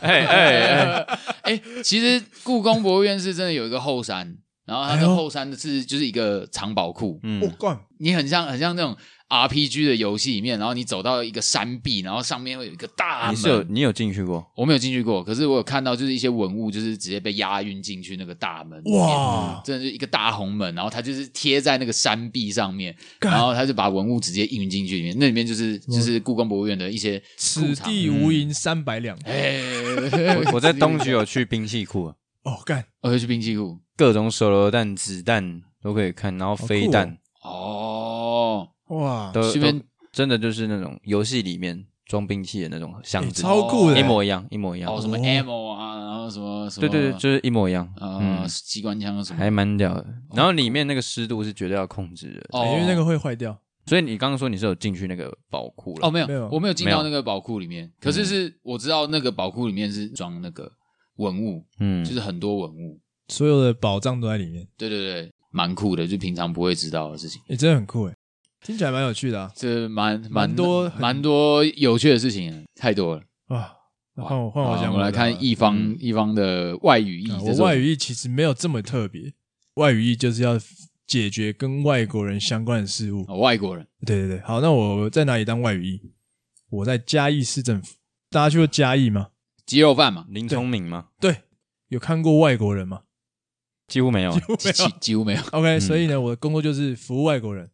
Speaker 3: 哎哎哎，
Speaker 2: 哎哎，其实故宫博物院是真的有一个后山，然后它
Speaker 1: 哎
Speaker 2: 的
Speaker 1: 呦
Speaker 2: 后山是就是一个藏宝库，
Speaker 1: 我
Speaker 3: 嗯，
Speaker 1: 干，
Speaker 2: 你很像很像那种 RPG 的游戏里面，然后你走到一个山壁，然后上面会有一个大
Speaker 1: 哎
Speaker 3: 你是有
Speaker 2: 门。
Speaker 3: 你有进去过？
Speaker 2: 我没有进去过，可是我有看到就是一些文物，就是直接被押运进去那个大门。
Speaker 1: 哇！
Speaker 2: 真的就一个大红门，然后它就是贴在那个山壁上面，
Speaker 1: 干嗯
Speaker 2: 然后它就把文物直接运进去里面，那里面就是就是故宫博物院的一些库
Speaker 1: 此
Speaker 2: 藏
Speaker 1: 地无银三百两，
Speaker 2: 哎，
Speaker 3: 哦我我在东区有去兵器库，
Speaker 1: 哦，干，
Speaker 2: 我就去兵器库。
Speaker 3: 各种手榴弹、子弹都可以看，然后飞弹
Speaker 2: 哦，
Speaker 1: 哇，
Speaker 3: 都
Speaker 2: 这边
Speaker 3: 都真的就是那种游戏里面装兵器的那种箱
Speaker 1: 欸
Speaker 3: 子，
Speaker 1: 超
Speaker 2: 哦
Speaker 1: 酷的，
Speaker 3: 一模一样，一模一样。
Speaker 2: 哦，什么
Speaker 1: 哦
Speaker 2: ammo 啊，然后什么什么，
Speaker 3: 对对对，就是一模一样。
Speaker 2: 啊，
Speaker 3: 嗯，
Speaker 2: 机关枪什么
Speaker 3: 还，蛮屌的。然后里面那个湿度是绝对要控制的，
Speaker 2: 哦，
Speaker 1: 欸因为那个会坏掉。
Speaker 3: 所以你刚刚说你是有进去那个宝库了
Speaker 2: 哦，没有，
Speaker 1: 没有嗯
Speaker 2: 我没有进
Speaker 3: 没有
Speaker 2: 到那个宝库里面，可是是我知道那个宝库里面是装那个文物，
Speaker 3: 嗯，
Speaker 2: 就是很多文物，
Speaker 1: 所有的宝藏都在里面，
Speaker 2: 对对对，蛮酷的，就平常不会知道的事情，
Speaker 1: 也、真的很酷哎，听起来蛮有趣的啊！
Speaker 2: 这蛮
Speaker 1: 蛮多很
Speaker 2: 蛮多有趣的事情，太多了。
Speaker 1: 啊，那换我换我
Speaker 2: 好
Speaker 1: 讲
Speaker 2: 我们来
Speaker 1: 的好了
Speaker 2: 看一方
Speaker 3: 嗯
Speaker 2: 一方的外语意
Speaker 1: 啊，
Speaker 2: 这
Speaker 1: 我
Speaker 2: 是
Speaker 1: 外语译其实没有这么特别，外语译就是要解决跟外国人相关的事物。
Speaker 2: 哦外国人
Speaker 1: 对对对，好，那我在哪里当外语译？我在嘉义市政府。大家去过嘉义吗？
Speaker 2: 鸡肉 饭嘛，
Speaker 3: 林聪明吗？
Speaker 1: 对，有看过外国人吗
Speaker 3: 几乎没有，，
Speaker 2: 几几几乎没有，
Speaker 1: ？OK，、所以呢，我的工作就是服务外国人，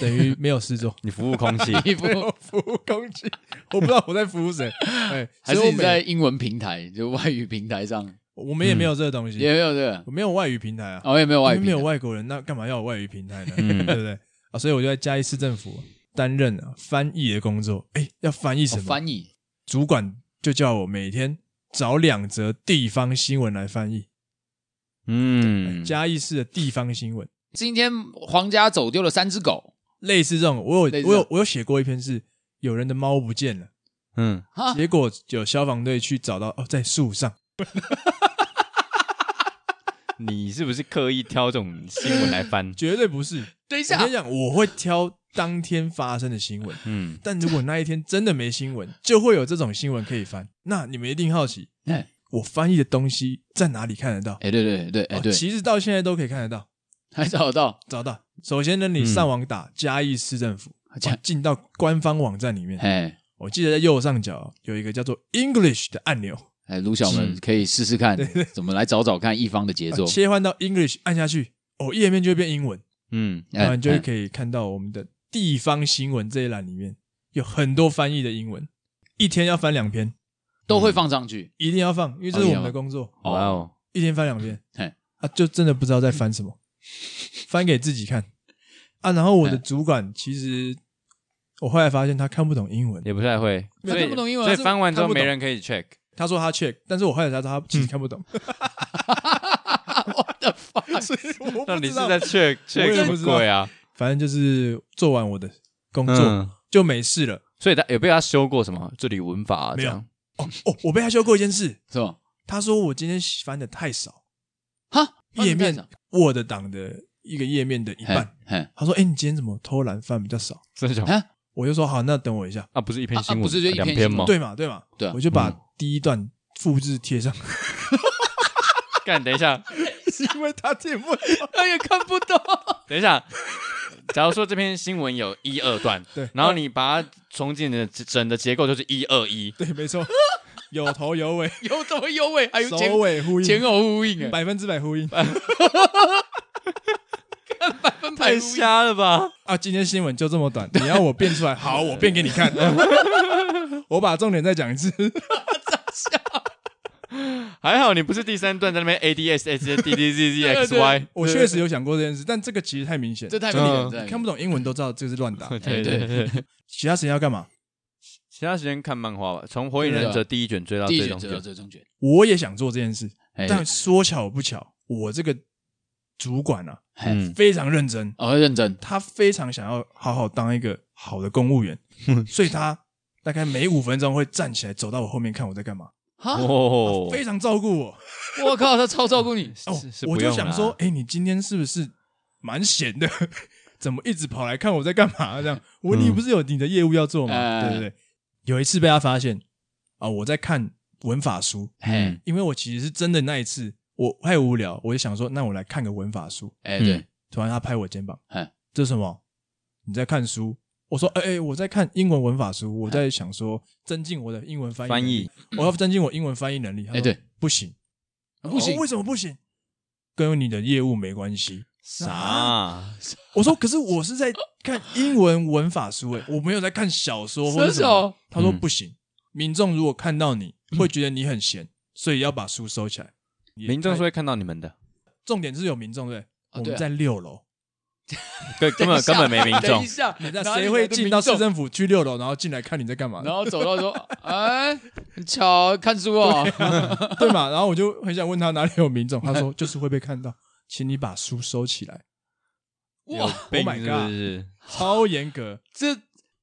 Speaker 1: 等于没有事做
Speaker 3: 你服务空气
Speaker 2: 一副
Speaker 1: 没有服 务攻击，我不知道我在服务谁。哎，
Speaker 2: 还
Speaker 1: 所以
Speaker 2: 是
Speaker 1: 我
Speaker 2: 你
Speaker 1: 每
Speaker 2: 在英文平台，就外语平台上
Speaker 1: 我们也没有这个东西，
Speaker 2: 也没有这个，
Speaker 1: 我没有外语平台啊，
Speaker 2: 哦也没有外
Speaker 1: 因
Speaker 2: 语
Speaker 1: 为
Speaker 2: 平
Speaker 1: 没
Speaker 2: 台
Speaker 1: 有外国人，那干嘛要有外语平台呢？
Speaker 3: 嗯
Speaker 1: 对不对？啊，所以我就在嘉义市政府担任啊翻译的工作。哎，要翻译什
Speaker 2: 哦
Speaker 1: 么？
Speaker 2: 翻译
Speaker 1: 主管就叫我每天找两则地方新闻来翻译，
Speaker 3: 嗯，
Speaker 1: 嘉义市的地方新闻，
Speaker 2: 今天皇家走丢了三只狗
Speaker 1: 类似这种，我
Speaker 2: 类
Speaker 1: 有
Speaker 2: 似
Speaker 1: 我
Speaker 2: 这
Speaker 1: 有
Speaker 2: 种
Speaker 1: 我有写过一篇是有人的猫不见了，
Speaker 3: 嗯，
Speaker 2: 哈，
Speaker 1: 结果有消防队去找到哦，在树上，？
Speaker 3: 你是不是刻意挑这种新闻来翻
Speaker 1: 绝对不是。
Speaker 2: 等一
Speaker 1: 我
Speaker 2: 下
Speaker 1: 跟你讲，我会挑当天发生的新闻，
Speaker 3: 嗯，
Speaker 1: 但如果那一天真的没新闻，就会有这种新闻可以翻。那你们一定好奇，
Speaker 2: 哎
Speaker 1: 我翻译的东西在哪里看得到？
Speaker 2: 哎对对对哎
Speaker 1: 哦
Speaker 2: 对，
Speaker 1: 其实到现在都可以看得到，
Speaker 2: 还找得到
Speaker 1: 找到。首先呢，你上网打嘉义市政府，
Speaker 2: 嗯嘉
Speaker 1: 哦进到官方网站里面，
Speaker 2: 哎
Speaker 1: 我记得在右上角有一个叫做 English 的按钮，
Speaker 2: 哎卢小门可以试试看怎么来找找看一方的杰
Speaker 1: 啊
Speaker 2: 作，
Speaker 1: 嗯切换到 English 按下去，哦，页面就会变英文，
Speaker 3: 嗯，
Speaker 1: 然
Speaker 2: 哎
Speaker 1: 后啊你就会
Speaker 2: 哎
Speaker 1: 可以看到我们的地方新闻这一栏里面有很多翻译的英文，一天要翻两篇，
Speaker 2: 都会放上去
Speaker 1: 一定要放，因为这是我们的工作，
Speaker 2: 哦
Speaker 3: 哇哦，
Speaker 1: 一天翻两篇
Speaker 2: 嘿，
Speaker 1: 啊，就真的不知道在翻什么，翻给自己看啊。然后我的
Speaker 2: 嘿
Speaker 1: 主管其实我后来发现他看不懂英文，
Speaker 3: 也不太会，
Speaker 2: 没有
Speaker 3: 所以
Speaker 2: 看不懂英文啊
Speaker 3: 所以
Speaker 2: 是
Speaker 3: 翻完之后
Speaker 1: 看不懂
Speaker 3: 没人可以 check。
Speaker 1: 他说他 check，但是我后来才知道他其实看不懂，
Speaker 2: ，What the fuck？
Speaker 1: 所以我
Speaker 3: 到
Speaker 1: 不
Speaker 3: 底
Speaker 1: 知
Speaker 3: 是
Speaker 1: 道
Speaker 3: 在
Speaker 1: 我
Speaker 3: check
Speaker 1: 也
Speaker 3: check 什
Speaker 1: 不
Speaker 3: 么
Speaker 1: 知道
Speaker 3: 鬼啊？
Speaker 1: 反正就是做完我的工作、
Speaker 3: 嗯，
Speaker 1: 就没事了。
Speaker 3: 所以他有被他修过什么这里文法啊
Speaker 1: 没
Speaker 3: 这
Speaker 1: 有
Speaker 3: 样？
Speaker 1: 哦，我被他修过一件事，
Speaker 2: 是吧？
Speaker 1: 他说我今天翻的太少，
Speaker 2: 哈
Speaker 1: 页面 Word 档的一个页面的一
Speaker 2: 嘿
Speaker 1: 半。
Speaker 2: 嘿
Speaker 1: 他说：“哎、你今天怎么偷懒翻比较少
Speaker 3: 真 的假的
Speaker 2: 啊
Speaker 1: 我？”就说：“好，那等我一下。
Speaker 3: 啊，不是一篇
Speaker 2: 啊
Speaker 3: 新闻，
Speaker 2: 不是就一篇
Speaker 3: 两
Speaker 2: 新
Speaker 3: 篇
Speaker 2: 闻
Speaker 3: 吗？
Speaker 1: 对嘛，对嘛，
Speaker 2: 对啊
Speaker 1: 我就把第一段复制贴上，
Speaker 3: 干，等一下，
Speaker 1: 因为他听哎不懂。
Speaker 2: 他也看不懂，
Speaker 3: 等一下。假如说这篇新闻有一二段，
Speaker 1: 对
Speaker 3: 然后你把它重建的整的结构就是一二一，
Speaker 1: 对，没错，有头有尾，
Speaker 2: 有怎么有尾，还有哎前
Speaker 1: 首尾呼
Speaker 2: 前
Speaker 1: 应，
Speaker 2: 后呼应哎，
Speaker 1: 百分之百呼应
Speaker 2: 百分百
Speaker 3: 太
Speaker 2: 呼应。
Speaker 3: 瞎了吧？
Speaker 1: 啊！今天新闻就这么短，你要我变 出来，好，我变给你看。 我把重点再讲一次。
Speaker 3: 还好你不是第三段在那边 A D S S D D Z Z X Y，
Speaker 1: 我确实有想过这件事，但这个其实太明显，
Speaker 2: 这太明显了这太
Speaker 3: 嗯
Speaker 2: 明显了，
Speaker 1: 看不懂英文都知道这是乱打。
Speaker 3: 对哎对对，
Speaker 1: 其他时间要干嘛？
Speaker 3: 其他时间看漫画吧，从《火影忍者》啊第一卷追到
Speaker 2: 第一
Speaker 3: 最
Speaker 2: 卷
Speaker 3: 终
Speaker 2: 折到
Speaker 3: 卷，
Speaker 2: 最终卷，
Speaker 1: 我也想做这件事，
Speaker 2: 哎
Speaker 1: 但说巧不巧，我这个主管啊
Speaker 3: 嗯
Speaker 2: 嘿，
Speaker 1: 非常认真，
Speaker 2: 哦认真
Speaker 1: 他非常想要好好当一个好的公务 员，所以他大概每五分钟会站起来走到我后面看我在干嘛，
Speaker 2: 哈，
Speaker 3: 哦
Speaker 1: 非常照顾我。
Speaker 2: 我靠，他超照顾你，
Speaker 1: 哦
Speaker 3: 是是，
Speaker 1: 我
Speaker 3: 不
Speaker 1: 就
Speaker 3: 用
Speaker 1: 想
Speaker 3: 啦
Speaker 1: 说，哎，你今天是不是蛮闲的？ 怎么一直跑来看我在干嘛？这样，我
Speaker 3: 嗯呃
Speaker 1: 你不是有你的业务要做吗？
Speaker 2: 哎
Speaker 1: 对对对。有一次被他发现啊，我在看文法书，嗯
Speaker 2: 嘿，
Speaker 1: 因为我其实是真的那一次，我太无聊，我就想说，那我来看个文法书。
Speaker 2: 哎对
Speaker 3: 嗯，
Speaker 1: 突然他拍我肩膀
Speaker 2: 哎，
Speaker 1: 这是什么？你在看书？我说，哎、哎、我在看英文文法书，我在想说增进我的英文翻译能
Speaker 3: 翻
Speaker 1: 力，
Speaker 3: 译
Speaker 1: 我要增进我英文翻译能力。他说
Speaker 2: 嗯哎对，
Speaker 1: 不行，
Speaker 2: 不行
Speaker 1: 哦为什么不行？跟你的业务没关系。
Speaker 3: 啥？
Speaker 1: 我说，可是我是在看英文文法书、 哎，我没有在看小说或者什
Speaker 2: 真的
Speaker 1: 么
Speaker 2: 哦。嗯
Speaker 1: 他说
Speaker 3: 嗯
Speaker 1: 不行，民众如果看到你会觉得你很闲，所以要把书收起来。也
Speaker 3: 民众是
Speaker 1: 太
Speaker 3: 会看到你们的，
Speaker 1: 重点是有民众对不对，
Speaker 2: 啊
Speaker 1: 我
Speaker 2: 对
Speaker 1: 们
Speaker 2: 啊
Speaker 1: 在六楼，
Speaker 3: 对，根本根本没民
Speaker 2: 等
Speaker 3: 众
Speaker 2: 一。下，
Speaker 1: 你在
Speaker 2: 哪里
Speaker 1: 谁
Speaker 2: 来
Speaker 1: 会
Speaker 2: 的
Speaker 1: 进
Speaker 2: 民
Speaker 1: 到市
Speaker 2: 众
Speaker 1: 政府去六楼，然后进来看你在干嘛？
Speaker 2: 然后走到说，哎，很巧，看书哦。
Speaker 1: 对嘛？然后我就很想问他哪里有民众，他 说就是会被看到，请你把书收起来，
Speaker 3: 有
Speaker 2: 哇，
Speaker 3: 病
Speaker 1: Oh my
Speaker 3: 是不是？
Speaker 1: 超严格。
Speaker 2: 这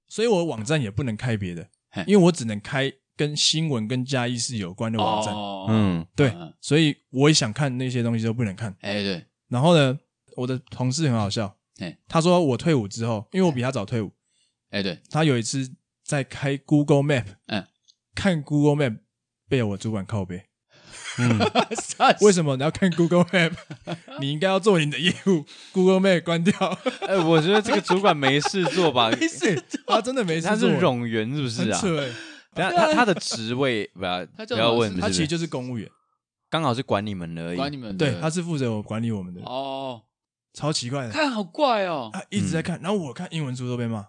Speaker 1: 所以我网站也不能开别的
Speaker 2: 嘿，
Speaker 1: 因为我只能开跟新闻跟嘉义市有关的网站。
Speaker 2: 哦，
Speaker 3: 嗯，
Speaker 1: 对
Speaker 2: 嗯，
Speaker 1: 所以我也想看那些东西都不能看。
Speaker 2: 哎，对，
Speaker 1: 然后呢，我的同事很好笑
Speaker 2: 嘿，
Speaker 1: 他说我退伍之后，因为我比他早退伍，
Speaker 2: 哎，对，
Speaker 1: 他有一次在开 Google Map，
Speaker 2: 嗯，
Speaker 1: 看 Google Map 被我主管靠背。
Speaker 2: 我
Speaker 1: 为什么你要看 Google Map？你 应该要做你的业务，Google Map 关 掉。
Speaker 3: 哎，我觉得这个主管没事做吧？
Speaker 1: 是，他真的没事
Speaker 3: 他是
Speaker 1: 做
Speaker 3: 冗员是不是
Speaker 1: 很
Speaker 3: 啊？
Speaker 1: 扯欸
Speaker 3: 等一下他他的职位不要
Speaker 2: 他
Speaker 3: 不
Speaker 2: 叫
Speaker 3: 要
Speaker 2: 什么
Speaker 3: 问，
Speaker 2: 是
Speaker 1: 他
Speaker 3: 不
Speaker 1: 其
Speaker 3: 是
Speaker 1: 实就是公务员，
Speaker 3: 刚好是管你们而已。
Speaker 2: 管你们的
Speaker 1: 对，他是负责我管理我们的，
Speaker 2: 哦，
Speaker 1: 超奇怪的，
Speaker 2: 看好怪哦，
Speaker 1: 他一直在看。然后我看英文书都被骂。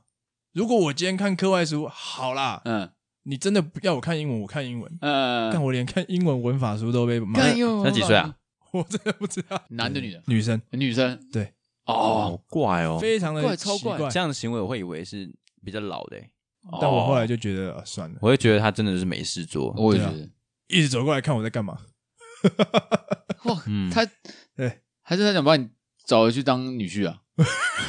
Speaker 1: 如果我今天看课外书，好啦，
Speaker 2: 嗯
Speaker 1: 你真的不要我看英文，我看英文。但
Speaker 2: 嗯，
Speaker 1: 我连看英文文法书都被骂，
Speaker 2: 干哟，
Speaker 3: 他几岁啊？
Speaker 1: 我真的不知道。
Speaker 2: 男的女的？
Speaker 1: 女生
Speaker 2: 女生？
Speaker 1: 对，
Speaker 2: 哦，
Speaker 3: 好怪哦，
Speaker 1: 非常的
Speaker 2: 怪超怪
Speaker 1: 奇
Speaker 3: 这样的行为我会以为是比较老的欸，
Speaker 1: 但我后来
Speaker 2: 就
Speaker 1: 就觉得、啊算了，
Speaker 3: 我会觉得他真的是没事做。
Speaker 2: 哦我也觉
Speaker 1: 对啊
Speaker 2: 得，
Speaker 1: 一直走过来看我在干嘛。
Speaker 2: 哇，
Speaker 3: 嗯
Speaker 2: 他
Speaker 1: 对，
Speaker 2: 还是他想把你找回去当女婿啊？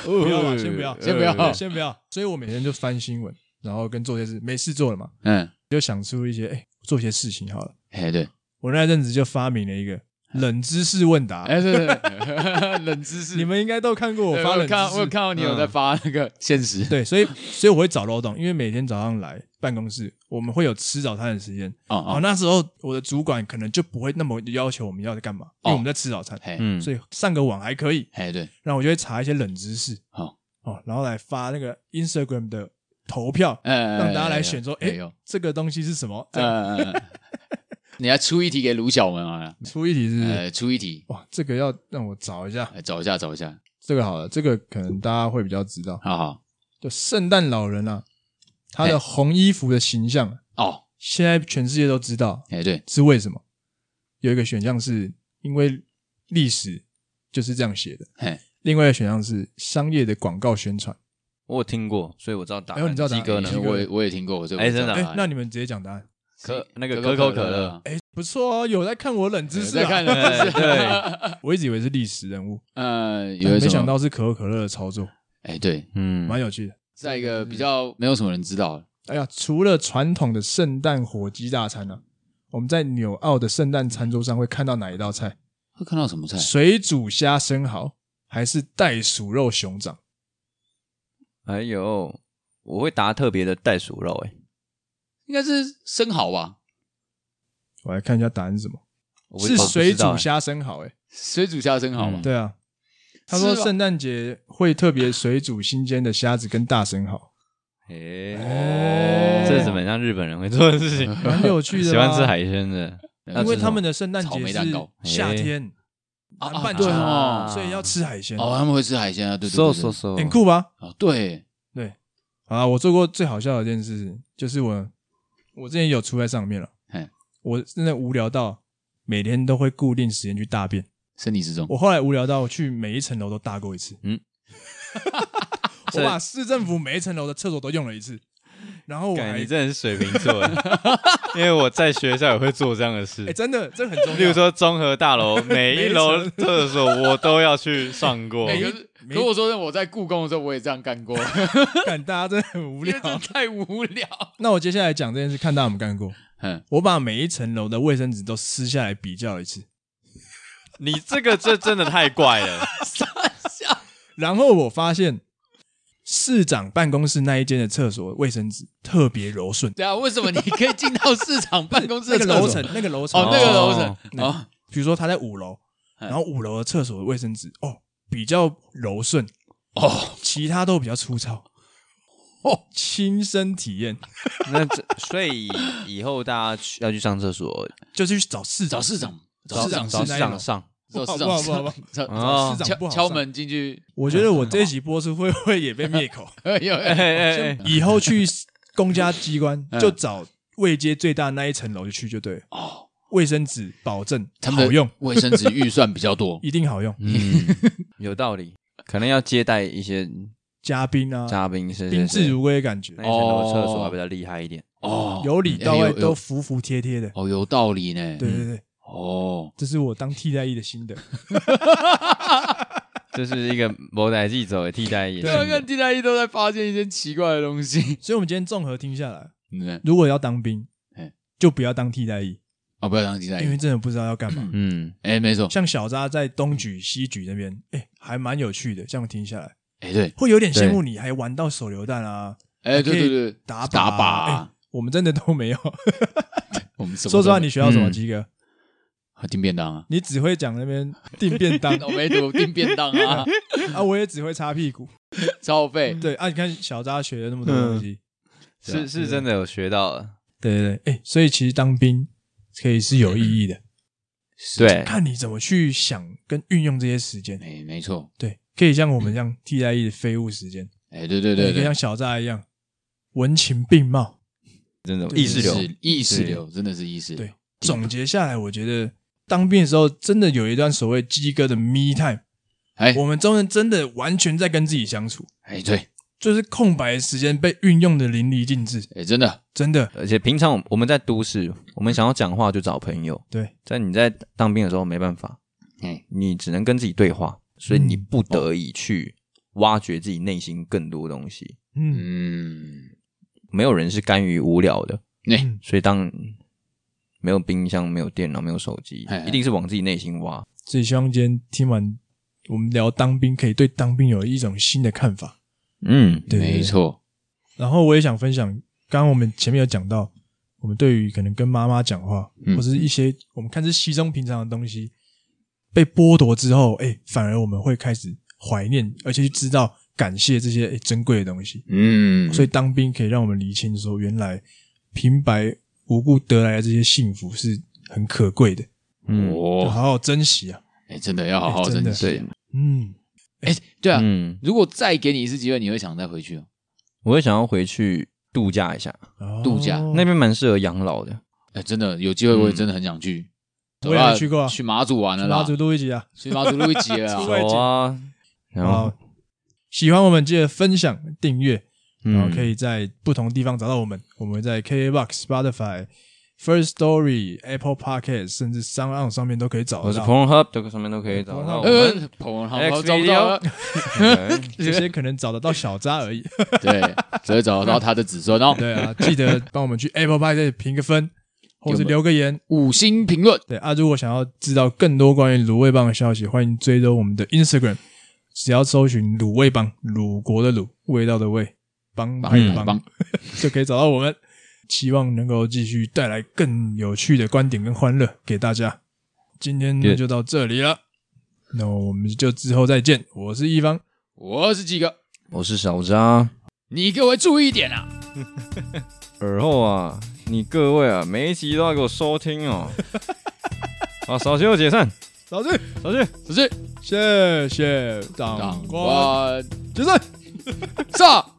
Speaker 1: 不要吧，先不要，
Speaker 2: 先不要
Speaker 3: 呃
Speaker 1: 对先不要。呃所以我每天就翻新闻，然后跟做些事，没事做了嘛，
Speaker 2: 嗯，
Speaker 1: 就想出一些哎、做些事情好了。
Speaker 2: 哎，对，
Speaker 1: 我那阵子就发明了一个冷知识问答，
Speaker 2: 哎，对对对， 冷知识，
Speaker 1: 你们应该都看过我
Speaker 2: 对
Speaker 1: 发
Speaker 2: 我
Speaker 1: 冷
Speaker 2: 有
Speaker 1: 知
Speaker 2: 看我有
Speaker 1: 识。嗯
Speaker 2: 看到你有在发那个现实，
Speaker 1: 对，所以所以我会找漏洞，因为每天早上来办公室，我们会有吃早餐的时间。
Speaker 2: 哦
Speaker 1: 哦，
Speaker 2: 哦，
Speaker 1: 那时候我的主管可能就不会那么要求我们要在干嘛，因为我
Speaker 2: 哦
Speaker 1: 们在吃早餐，
Speaker 2: 嘿，
Speaker 3: 嗯，
Speaker 1: 所以上个网还可以。
Speaker 2: 嘿，对，
Speaker 1: 然后我就会查一些冷知识，
Speaker 2: 好
Speaker 1: 哦，然后来发那个 Instagram 的投票，
Speaker 2: 呃，
Speaker 1: 让大家来选说，
Speaker 2: 哎
Speaker 1: 哎，这个东西是什么？这样
Speaker 2: 呃，嗯嗯你来出一题给卢小文啊？
Speaker 1: 出一题是不是
Speaker 2: 呃，出一题，
Speaker 1: 哇，这个要让我找一下，
Speaker 2: 呃找一下，找一下，
Speaker 1: 这个好了，这个可能大家会比较知道，
Speaker 2: 好好
Speaker 1: 就圣诞老人啊，他的红衣服的形象，
Speaker 2: 哦，
Speaker 1: 现在全世界都知道
Speaker 2: 哎，对，
Speaker 1: 是为什么？有一个选项是因为历史就是这样写的，
Speaker 2: 嘿，
Speaker 1: 另外一个选项是商业的广告宣传。
Speaker 3: 我有听过，所以我知道答
Speaker 1: 哎呦
Speaker 3: 案。
Speaker 1: 你知道答
Speaker 3: 鸡
Speaker 1: 案
Speaker 3: 哥呢
Speaker 1: 鸡？哥
Speaker 2: 我也我也听过我这个，
Speaker 3: 哎真的啊
Speaker 1: 哎，那你们直接讲答案，
Speaker 3: 可那个
Speaker 2: 可
Speaker 3: 可口
Speaker 2: 可
Speaker 3: 可乐
Speaker 2: 啊，
Speaker 1: 哎，不错哦，有在看我冷知识
Speaker 2: 在看
Speaker 1: 啊。
Speaker 2: 的，
Speaker 3: 哎对，
Speaker 1: 我一直以为是历史人物，
Speaker 2: 呃，有
Speaker 1: 没
Speaker 2: 一种
Speaker 1: 想，到是可口可乐的操作，
Speaker 2: 哎，对，
Speaker 3: 嗯，
Speaker 1: 蛮有趣的。
Speaker 2: 在
Speaker 1: 嗯
Speaker 2: 一个比较没有什么人知道的，
Speaker 1: 哎呀，除了传统的圣诞火鸡大餐呢、啊我们在纽澳的圣诞餐桌上会看到哪一道菜？
Speaker 2: 会看到什么菜？
Speaker 1: 水煮虾生蚝还是袋鼠肉熊掌？
Speaker 3: 还有，哎我会答特别的袋鼠肉，哎，
Speaker 2: 应该是生蚝吧，
Speaker 1: 我来看一下答案是什么，
Speaker 3: 我不哦
Speaker 1: 是
Speaker 3: 我不
Speaker 1: 水
Speaker 3: 知道
Speaker 1: 煮虾生蚝、欸。
Speaker 2: 水煮虾生蚝吧
Speaker 3: 嗯？
Speaker 1: 对啊，他说
Speaker 2: 是吧
Speaker 1: 圣诞节会特别水煮新鲜的虾子跟大生蚝，
Speaker 3: 哎，
Speaker 1: 哎
Speaker 3: 哦这是怎么像日本人会做的事 情？
Speaker 1: 蛮有趣的。
Speaker 3: 喜欢吃， 海鲜的，
Speaker 2: 那
Speaker 1: 因为
Speaker 2: 是
Speaker 1: 他们的圣诞
Speaker 2: 草
Speaker 1: 节
Speaker 2: 莓
Speaker 1: 是
Speaker 2: 蛋糕
Speaker 3: 哎
Speaker 1: 夏天，
Speaker 2: 啊
Speaker 1: 南
Speaker 2: 啊
Speaker 1: 半
Speaker 2: 对
Speaker 1: 球，
Speaker 2: 哦
Speaker 1: 所以要吃海鲜，
Speaker 2: 哦，他们会吃海鲜啊，对
Speaker 1: 哦
Speaker 2: 对对
Speaker 3: 嗖嗖
Speaker 2: 对，
Speaker 3: 嗖，
Speaker 1: 很酷吧？
Speaker 2: 哦，对，
Speaker 1: 啊，我做过最好笑的一件事，就是我我之前有出在上面了
Speaker 2: 嘿，
Speaker 1: 我真的无聊到每天都会固定时间去大便。
Speaker 2: 身体之中，
Speaker 1: 我后来无聊到我去每一层楼都大过一次，嗯
Speaker 3: 嗯，
Speaker 1: 我把市政府每一层楼的厕所都用了一次，然后我
Speaker 3: 干
Speaker 1: 还
Speaker 3: 你真的是水瓶座，哎因为我在学校也会做这样的事
Speaker 1: 哎、。真的这很重要。
Speaker 3: 例如说综合大楼每一楼
Speaker 1: 每一层
Speaker 3: 厕所我都要去上过，
Speaker 2: 哎可是
Speaker 1: 没
Speaker 2: 可我说真的，我在故宫的时候我也这样干过，
Speaker 1: 干，大家真的很无
Speaker 2: 因
Speaker 1: 聊
Speaker 2: 为。这太无聊。
Speaker 1: 那我接下来讲这件事，看大家有没有干过。
Speaker 2: 嗯，
Speaker 1: 我把每一层楼的卫生纸都撕下来比较一次，
Speaker 3: 你这个这真的太怪了。
Speaker 1: 然后我发现市长办公室那一间的厕所卫生纸特别柔顺，
Speaker 2: 对啊，为什么你可以进到市场办公室
Speaker 1: 那
Speaker 2: 的
Speaker 1: 个
Speaker 2: 厕所
Speaker 1: 楼层？，那个楼层，
Speaker 2: 哦，那个楼层
Speaker 3: 哦，
Speaker 2: 哦，
Speaker 1: 比如说他在五楼，
Speaker 2: 嗯
Speaker 1: 然后五楼的厕所的卫生纸哦比较柔顺，
Speaker 2: 哦，
Speaker 1: 其他都比较粗糙。哦，亲身体验
Speaker 3: 那这所以以后大家去要去上厕所，
Speaker 1: 就去找市
Speaker 2: 找
Speaker 1: 长，
Speaker 2: 市长，
Speaker 1: 找
Speaker 2: 市长
Speaker 1: 找
Speaker 3: 早
Speaker 1: 市长
Speaker 2: 室内
Speaker 3: 上上，
Speaker 2: 找市
Speaker 1: 不
Speaker 2: 长
Speaker 1: 好不好不
Speaker 2: 室
Speaker 1: 好
Speaker 2: 内，找
Speaker 1: 找市
Speaker 3: 哦
Speaker 1: 长不
Speaker 2: 敲
Speaker 1: 好
Speaker 2: 敲
Speaker 1: 上。
Speaker 2: 门进去，
Speaker 1: 我觉得我这一集播出会不会也被灭口？
Speaker 2: 哎呦，
Speaker 3: 哎哎哎，
Speaker 1: 以后去公家机关
Speaker 2: 嗯
Speaker 1: 就找位阶最大那一层楼就去就对了。
Speaker 2: 哦，
Speaker 1: 卫生纸保证
Speaker 2: 他们
Speaker 1: 好
Speaker 2: 的
Speaker 1: 用，，
Speaker 2: 卫生纸预算比较 多
Speaker 1: 一定好用。
Speaker 3: 嗯，有道理，可能要接待一些
Speaker 1: 嘉宾啊，
Speaker 3: 嘉宾，是
Speaker 1: 宾
Speaker 3: 是
Speaker 1: 至
Speaker 3: 是，
Speaker 1: 如归的感觉
Speaker 3: 那，以前的厕所还比较厉害一点。
Speaker 2: 哦，
Speaker 1: 由里到
Speaker 2: 哎
Speaker 1: 外
Speaker 2: 有有
Speaker 1: 都服服帖帖的。
Speaker 2: 哦有道理呢，
Speaker 1: 对对对，
Speaker 2: 哦，
Speaker 1: 这是我当替代役的 心得。
Speaker 3: 这是一个某代记者的替代也
Speaker 2: 对啊，
Speaker 3: 是
Speaker 2: 看替代役都在发现一些奇怪的东西，
Speaker 1: 所以，我们今天综合听下来，
Speaker 2: 嗯，
Speaker 1: 如果要当兵
Speaker 2: 嘿，
Speaker 1: 就不要当替代役，
Speaker 2: 哦，不要当替代
Speaker 1: 因为
Speaker 2: 役，
Speaker 1: 真的不知道要干嘛。
Speaker 3: 嗯，
Speaker 2: 哎，没 错，
Speaker 1: 像小扎在东局、西局那边，哎，还蛮有趣的。这样听下来，
Speaker 2: 哎，对，
Speaker 1: 会有点羡慕你，还玩到手榴弹啊，
Speaker 2: 哎，对
Speaker 1: 可以
Speaker 2: 对对，
Speaker 1: 打靶
Speaker 2: 打
Speaker 1: 啊
Speaker 2: 靶啊，
Speaker 1: 哎我们真的都没有。
Speaker 2: 我们什么
Speaker 1: 说实话，
Speaker 2: 都没
Speaker 1: 你学到什么，
Speaker 3: 嗯
Speaker 1: 鸡哥？
Speaker 2: 啊订便 当啊，
Speaker 1: 你只会讲那 边订便当
Speaker 2: 我没读订便当啊，
Speaker 1: 啊，我也只会擦屁股。
Speaker 2: 超费，
Speaker 1: 对啊，你看小扎学了那么多东西，
Speaker 2: 对啊
Speaker 3: 是是真的有学到了，
Speaker 1: 对对对，哎，所以其实当兵可以是有意义
Speaker 2: 嗯
Speaker 1: 的，
Speaker 3: 对，
Speaker 1: 看你怎么去想跟运用这些时间。
Speaker 2: 哎，没错，
Speaker 1: 对，可以像我们这样替代役的废物时间，
Speaker 2: 哎，对对对
Speaker 1: 可以
Speaker 2: 对
Speaker 1: 像，小扎一样文情并茂。
Speaker 3: 真的
Speaker 1: 对
Speaker 3: 意识流，
Speaker 2: 是意识
Speaker 3: 对
Speaker 2: 流，真的是意识，
Speaker 1: 对，总结下来，我觉得当兵的时候真的有一段所谓鸡哥的 me time，
Speaker 2: 哎
Speaker 1: 我们中人真的完全在跟自己相处，
Speaker 2: 哎，对，
Speaker 1: 就是空白的时间被运用的淋漓尽致，
Speaker 2: 哎，真的，
Speaker 1: 真的
Speaker 3: 而且平常我我们在都市，我们想要讲话就找朋友，
Speaker 1: 对。
Speaker 3: 在你在当兵的时候没办法，
Speaker 2: 哎，
Speaker 3: 你只能跟自己对话，所以你
Speaker 1: 嗯
Speaker 3: 不得已去挖掘自己内心更多东西。
Speaker 1: 嗯，
Speaker 2: 嗯，
Speaker 3: 没有人是甘于无聊的，
Speaker 2: 哎
Speaker 1: 嗯
Speaker 3: 所以当没有冰箱、没有电脑、没有手机
Speaker 2: 哎哎，
Speaker 3: 一定是往自己内心挖。
Speaker 1: 所以希望今天听完我们聊当兵，可以对当兵有一种新的看法。
Speaker 3: 嗯，
Speaker 1: 对对对
Speaker 2: 没错，
Speaker 1: 然后我也想分享，刚刚我们前面有讲到，我们对于可能跟妈妈讲话，
Speaker 2: 嗯
Speaker 1: 或者是一些我们看似稀松平常的东西，被剥夺之后，哎，反而我们会开始怀念，而且去知道感谢这些哎珍贵的东西。
Speaker 2: 嗯，
Speaker 1: 所以当兵可以让我们厘清说，原来平白无故得来的这些幸福是很可贵的，
Speaker 3: 嗯，
Speaker 1: 就
Speaker 2: 哦，
Speaker 1: 好好珍惜啊。
Speaker 2: 哎，真的要好
Speaker 1: 哎
Speaker 2: 好
Speaker 1: 真的
Speaker 2: 珍惜
Speaker 3: 对。
Speaker 1: 嗯，
Speaker 2: 哎，对啊，
Speaker 3: 嗯，
Speaker 2: 如果再给你一次机会，你会想再回去哦吗？
Speaker 3: 我会想要回去度假一下，
Speaker 1: 哦
Speaker 2: 度假
Speaker 3: 那边蛮适合养老的。
Speaker 2: 哎，真的有机会，我也真的很想去。
Speaker 1: 我也
Speaker 2: 走啦
Speaker 1: 没去过啊
Speaker 2: 去马祖玩了啦
Speaker 1: 妈，祖录一集啊。
Speaker 2: 去马祖录一呃集了
Speaker 1: 出
Speaker 2: 啦。
Speaker 1: 外景
Speaker 3: 好啊，然
Speaker 2: 哦
Speaker 3: 后
Speaker 1: 好，喜欢我们记得分享、订阅，
Speaker 2: 嗯
Speaker 1: 然后可
Speaker 3: 以
Speaker 1: 以在不同地方找到我们。我们在 KKBox、Spotify、First Story、Apple Podcast，甚至 Sound On 上面都可以找
Speaker 3: 我
Speaker 1: 得
Speaker 3: 是
Speaker 1: 到。哎
Speaker 3: Porn Hub，这个上面都可以找到我
Speaker 2: 呃
Speaker 3: 们。，
Speaker 2: 捧好
Speaker 3: Next
Speaker 2: 找不到了，
Speaker 3: 对
Speaker 1: 这些可能找得到小扎而已。
Speaker 2: 对，只会找得到他的子孙哦。
Speaker 1: 对啊，记得帮我们去 Apple Podcast 评个分，或是留个言。
Speaker 2: 五星评论，
Speaker 1: 对啊，如果想要知道更多关于卤味棒的消息，欢迎追踪我们的 Instagram，只要搜寻“卤味棒”，鲁国的鲁，味道的味，帮
Speaker 2: 帮
Speaker 1: 派的帮
Speaker 2: 帮帮，，
Speaker 1: 就可以找到我们。希望能够继续带来更有趣的观点跟欢乐给大家。今天呢
Speaker 3: Good
Speaker 1: 就到这里了，那我们就之后再见。我是一方，
Speaker 2: 我是几个，
Speaker 3: 我是小张。
Speaker 2: 你各位注意一点啊。
Speaker 3: 耳后啊，你各位啊，每一集都要给我收听 哦。好，扫休解散，
Speaker 1: 老师，
Speaker 3: 扫去。
Speaker 2: 只是
Speaker 1: 谢谢长
Speaker 2: 长
Speaker 1: 官，
Speaker 2: 官
Speaker 1: 解散。
Speaker 2: 上。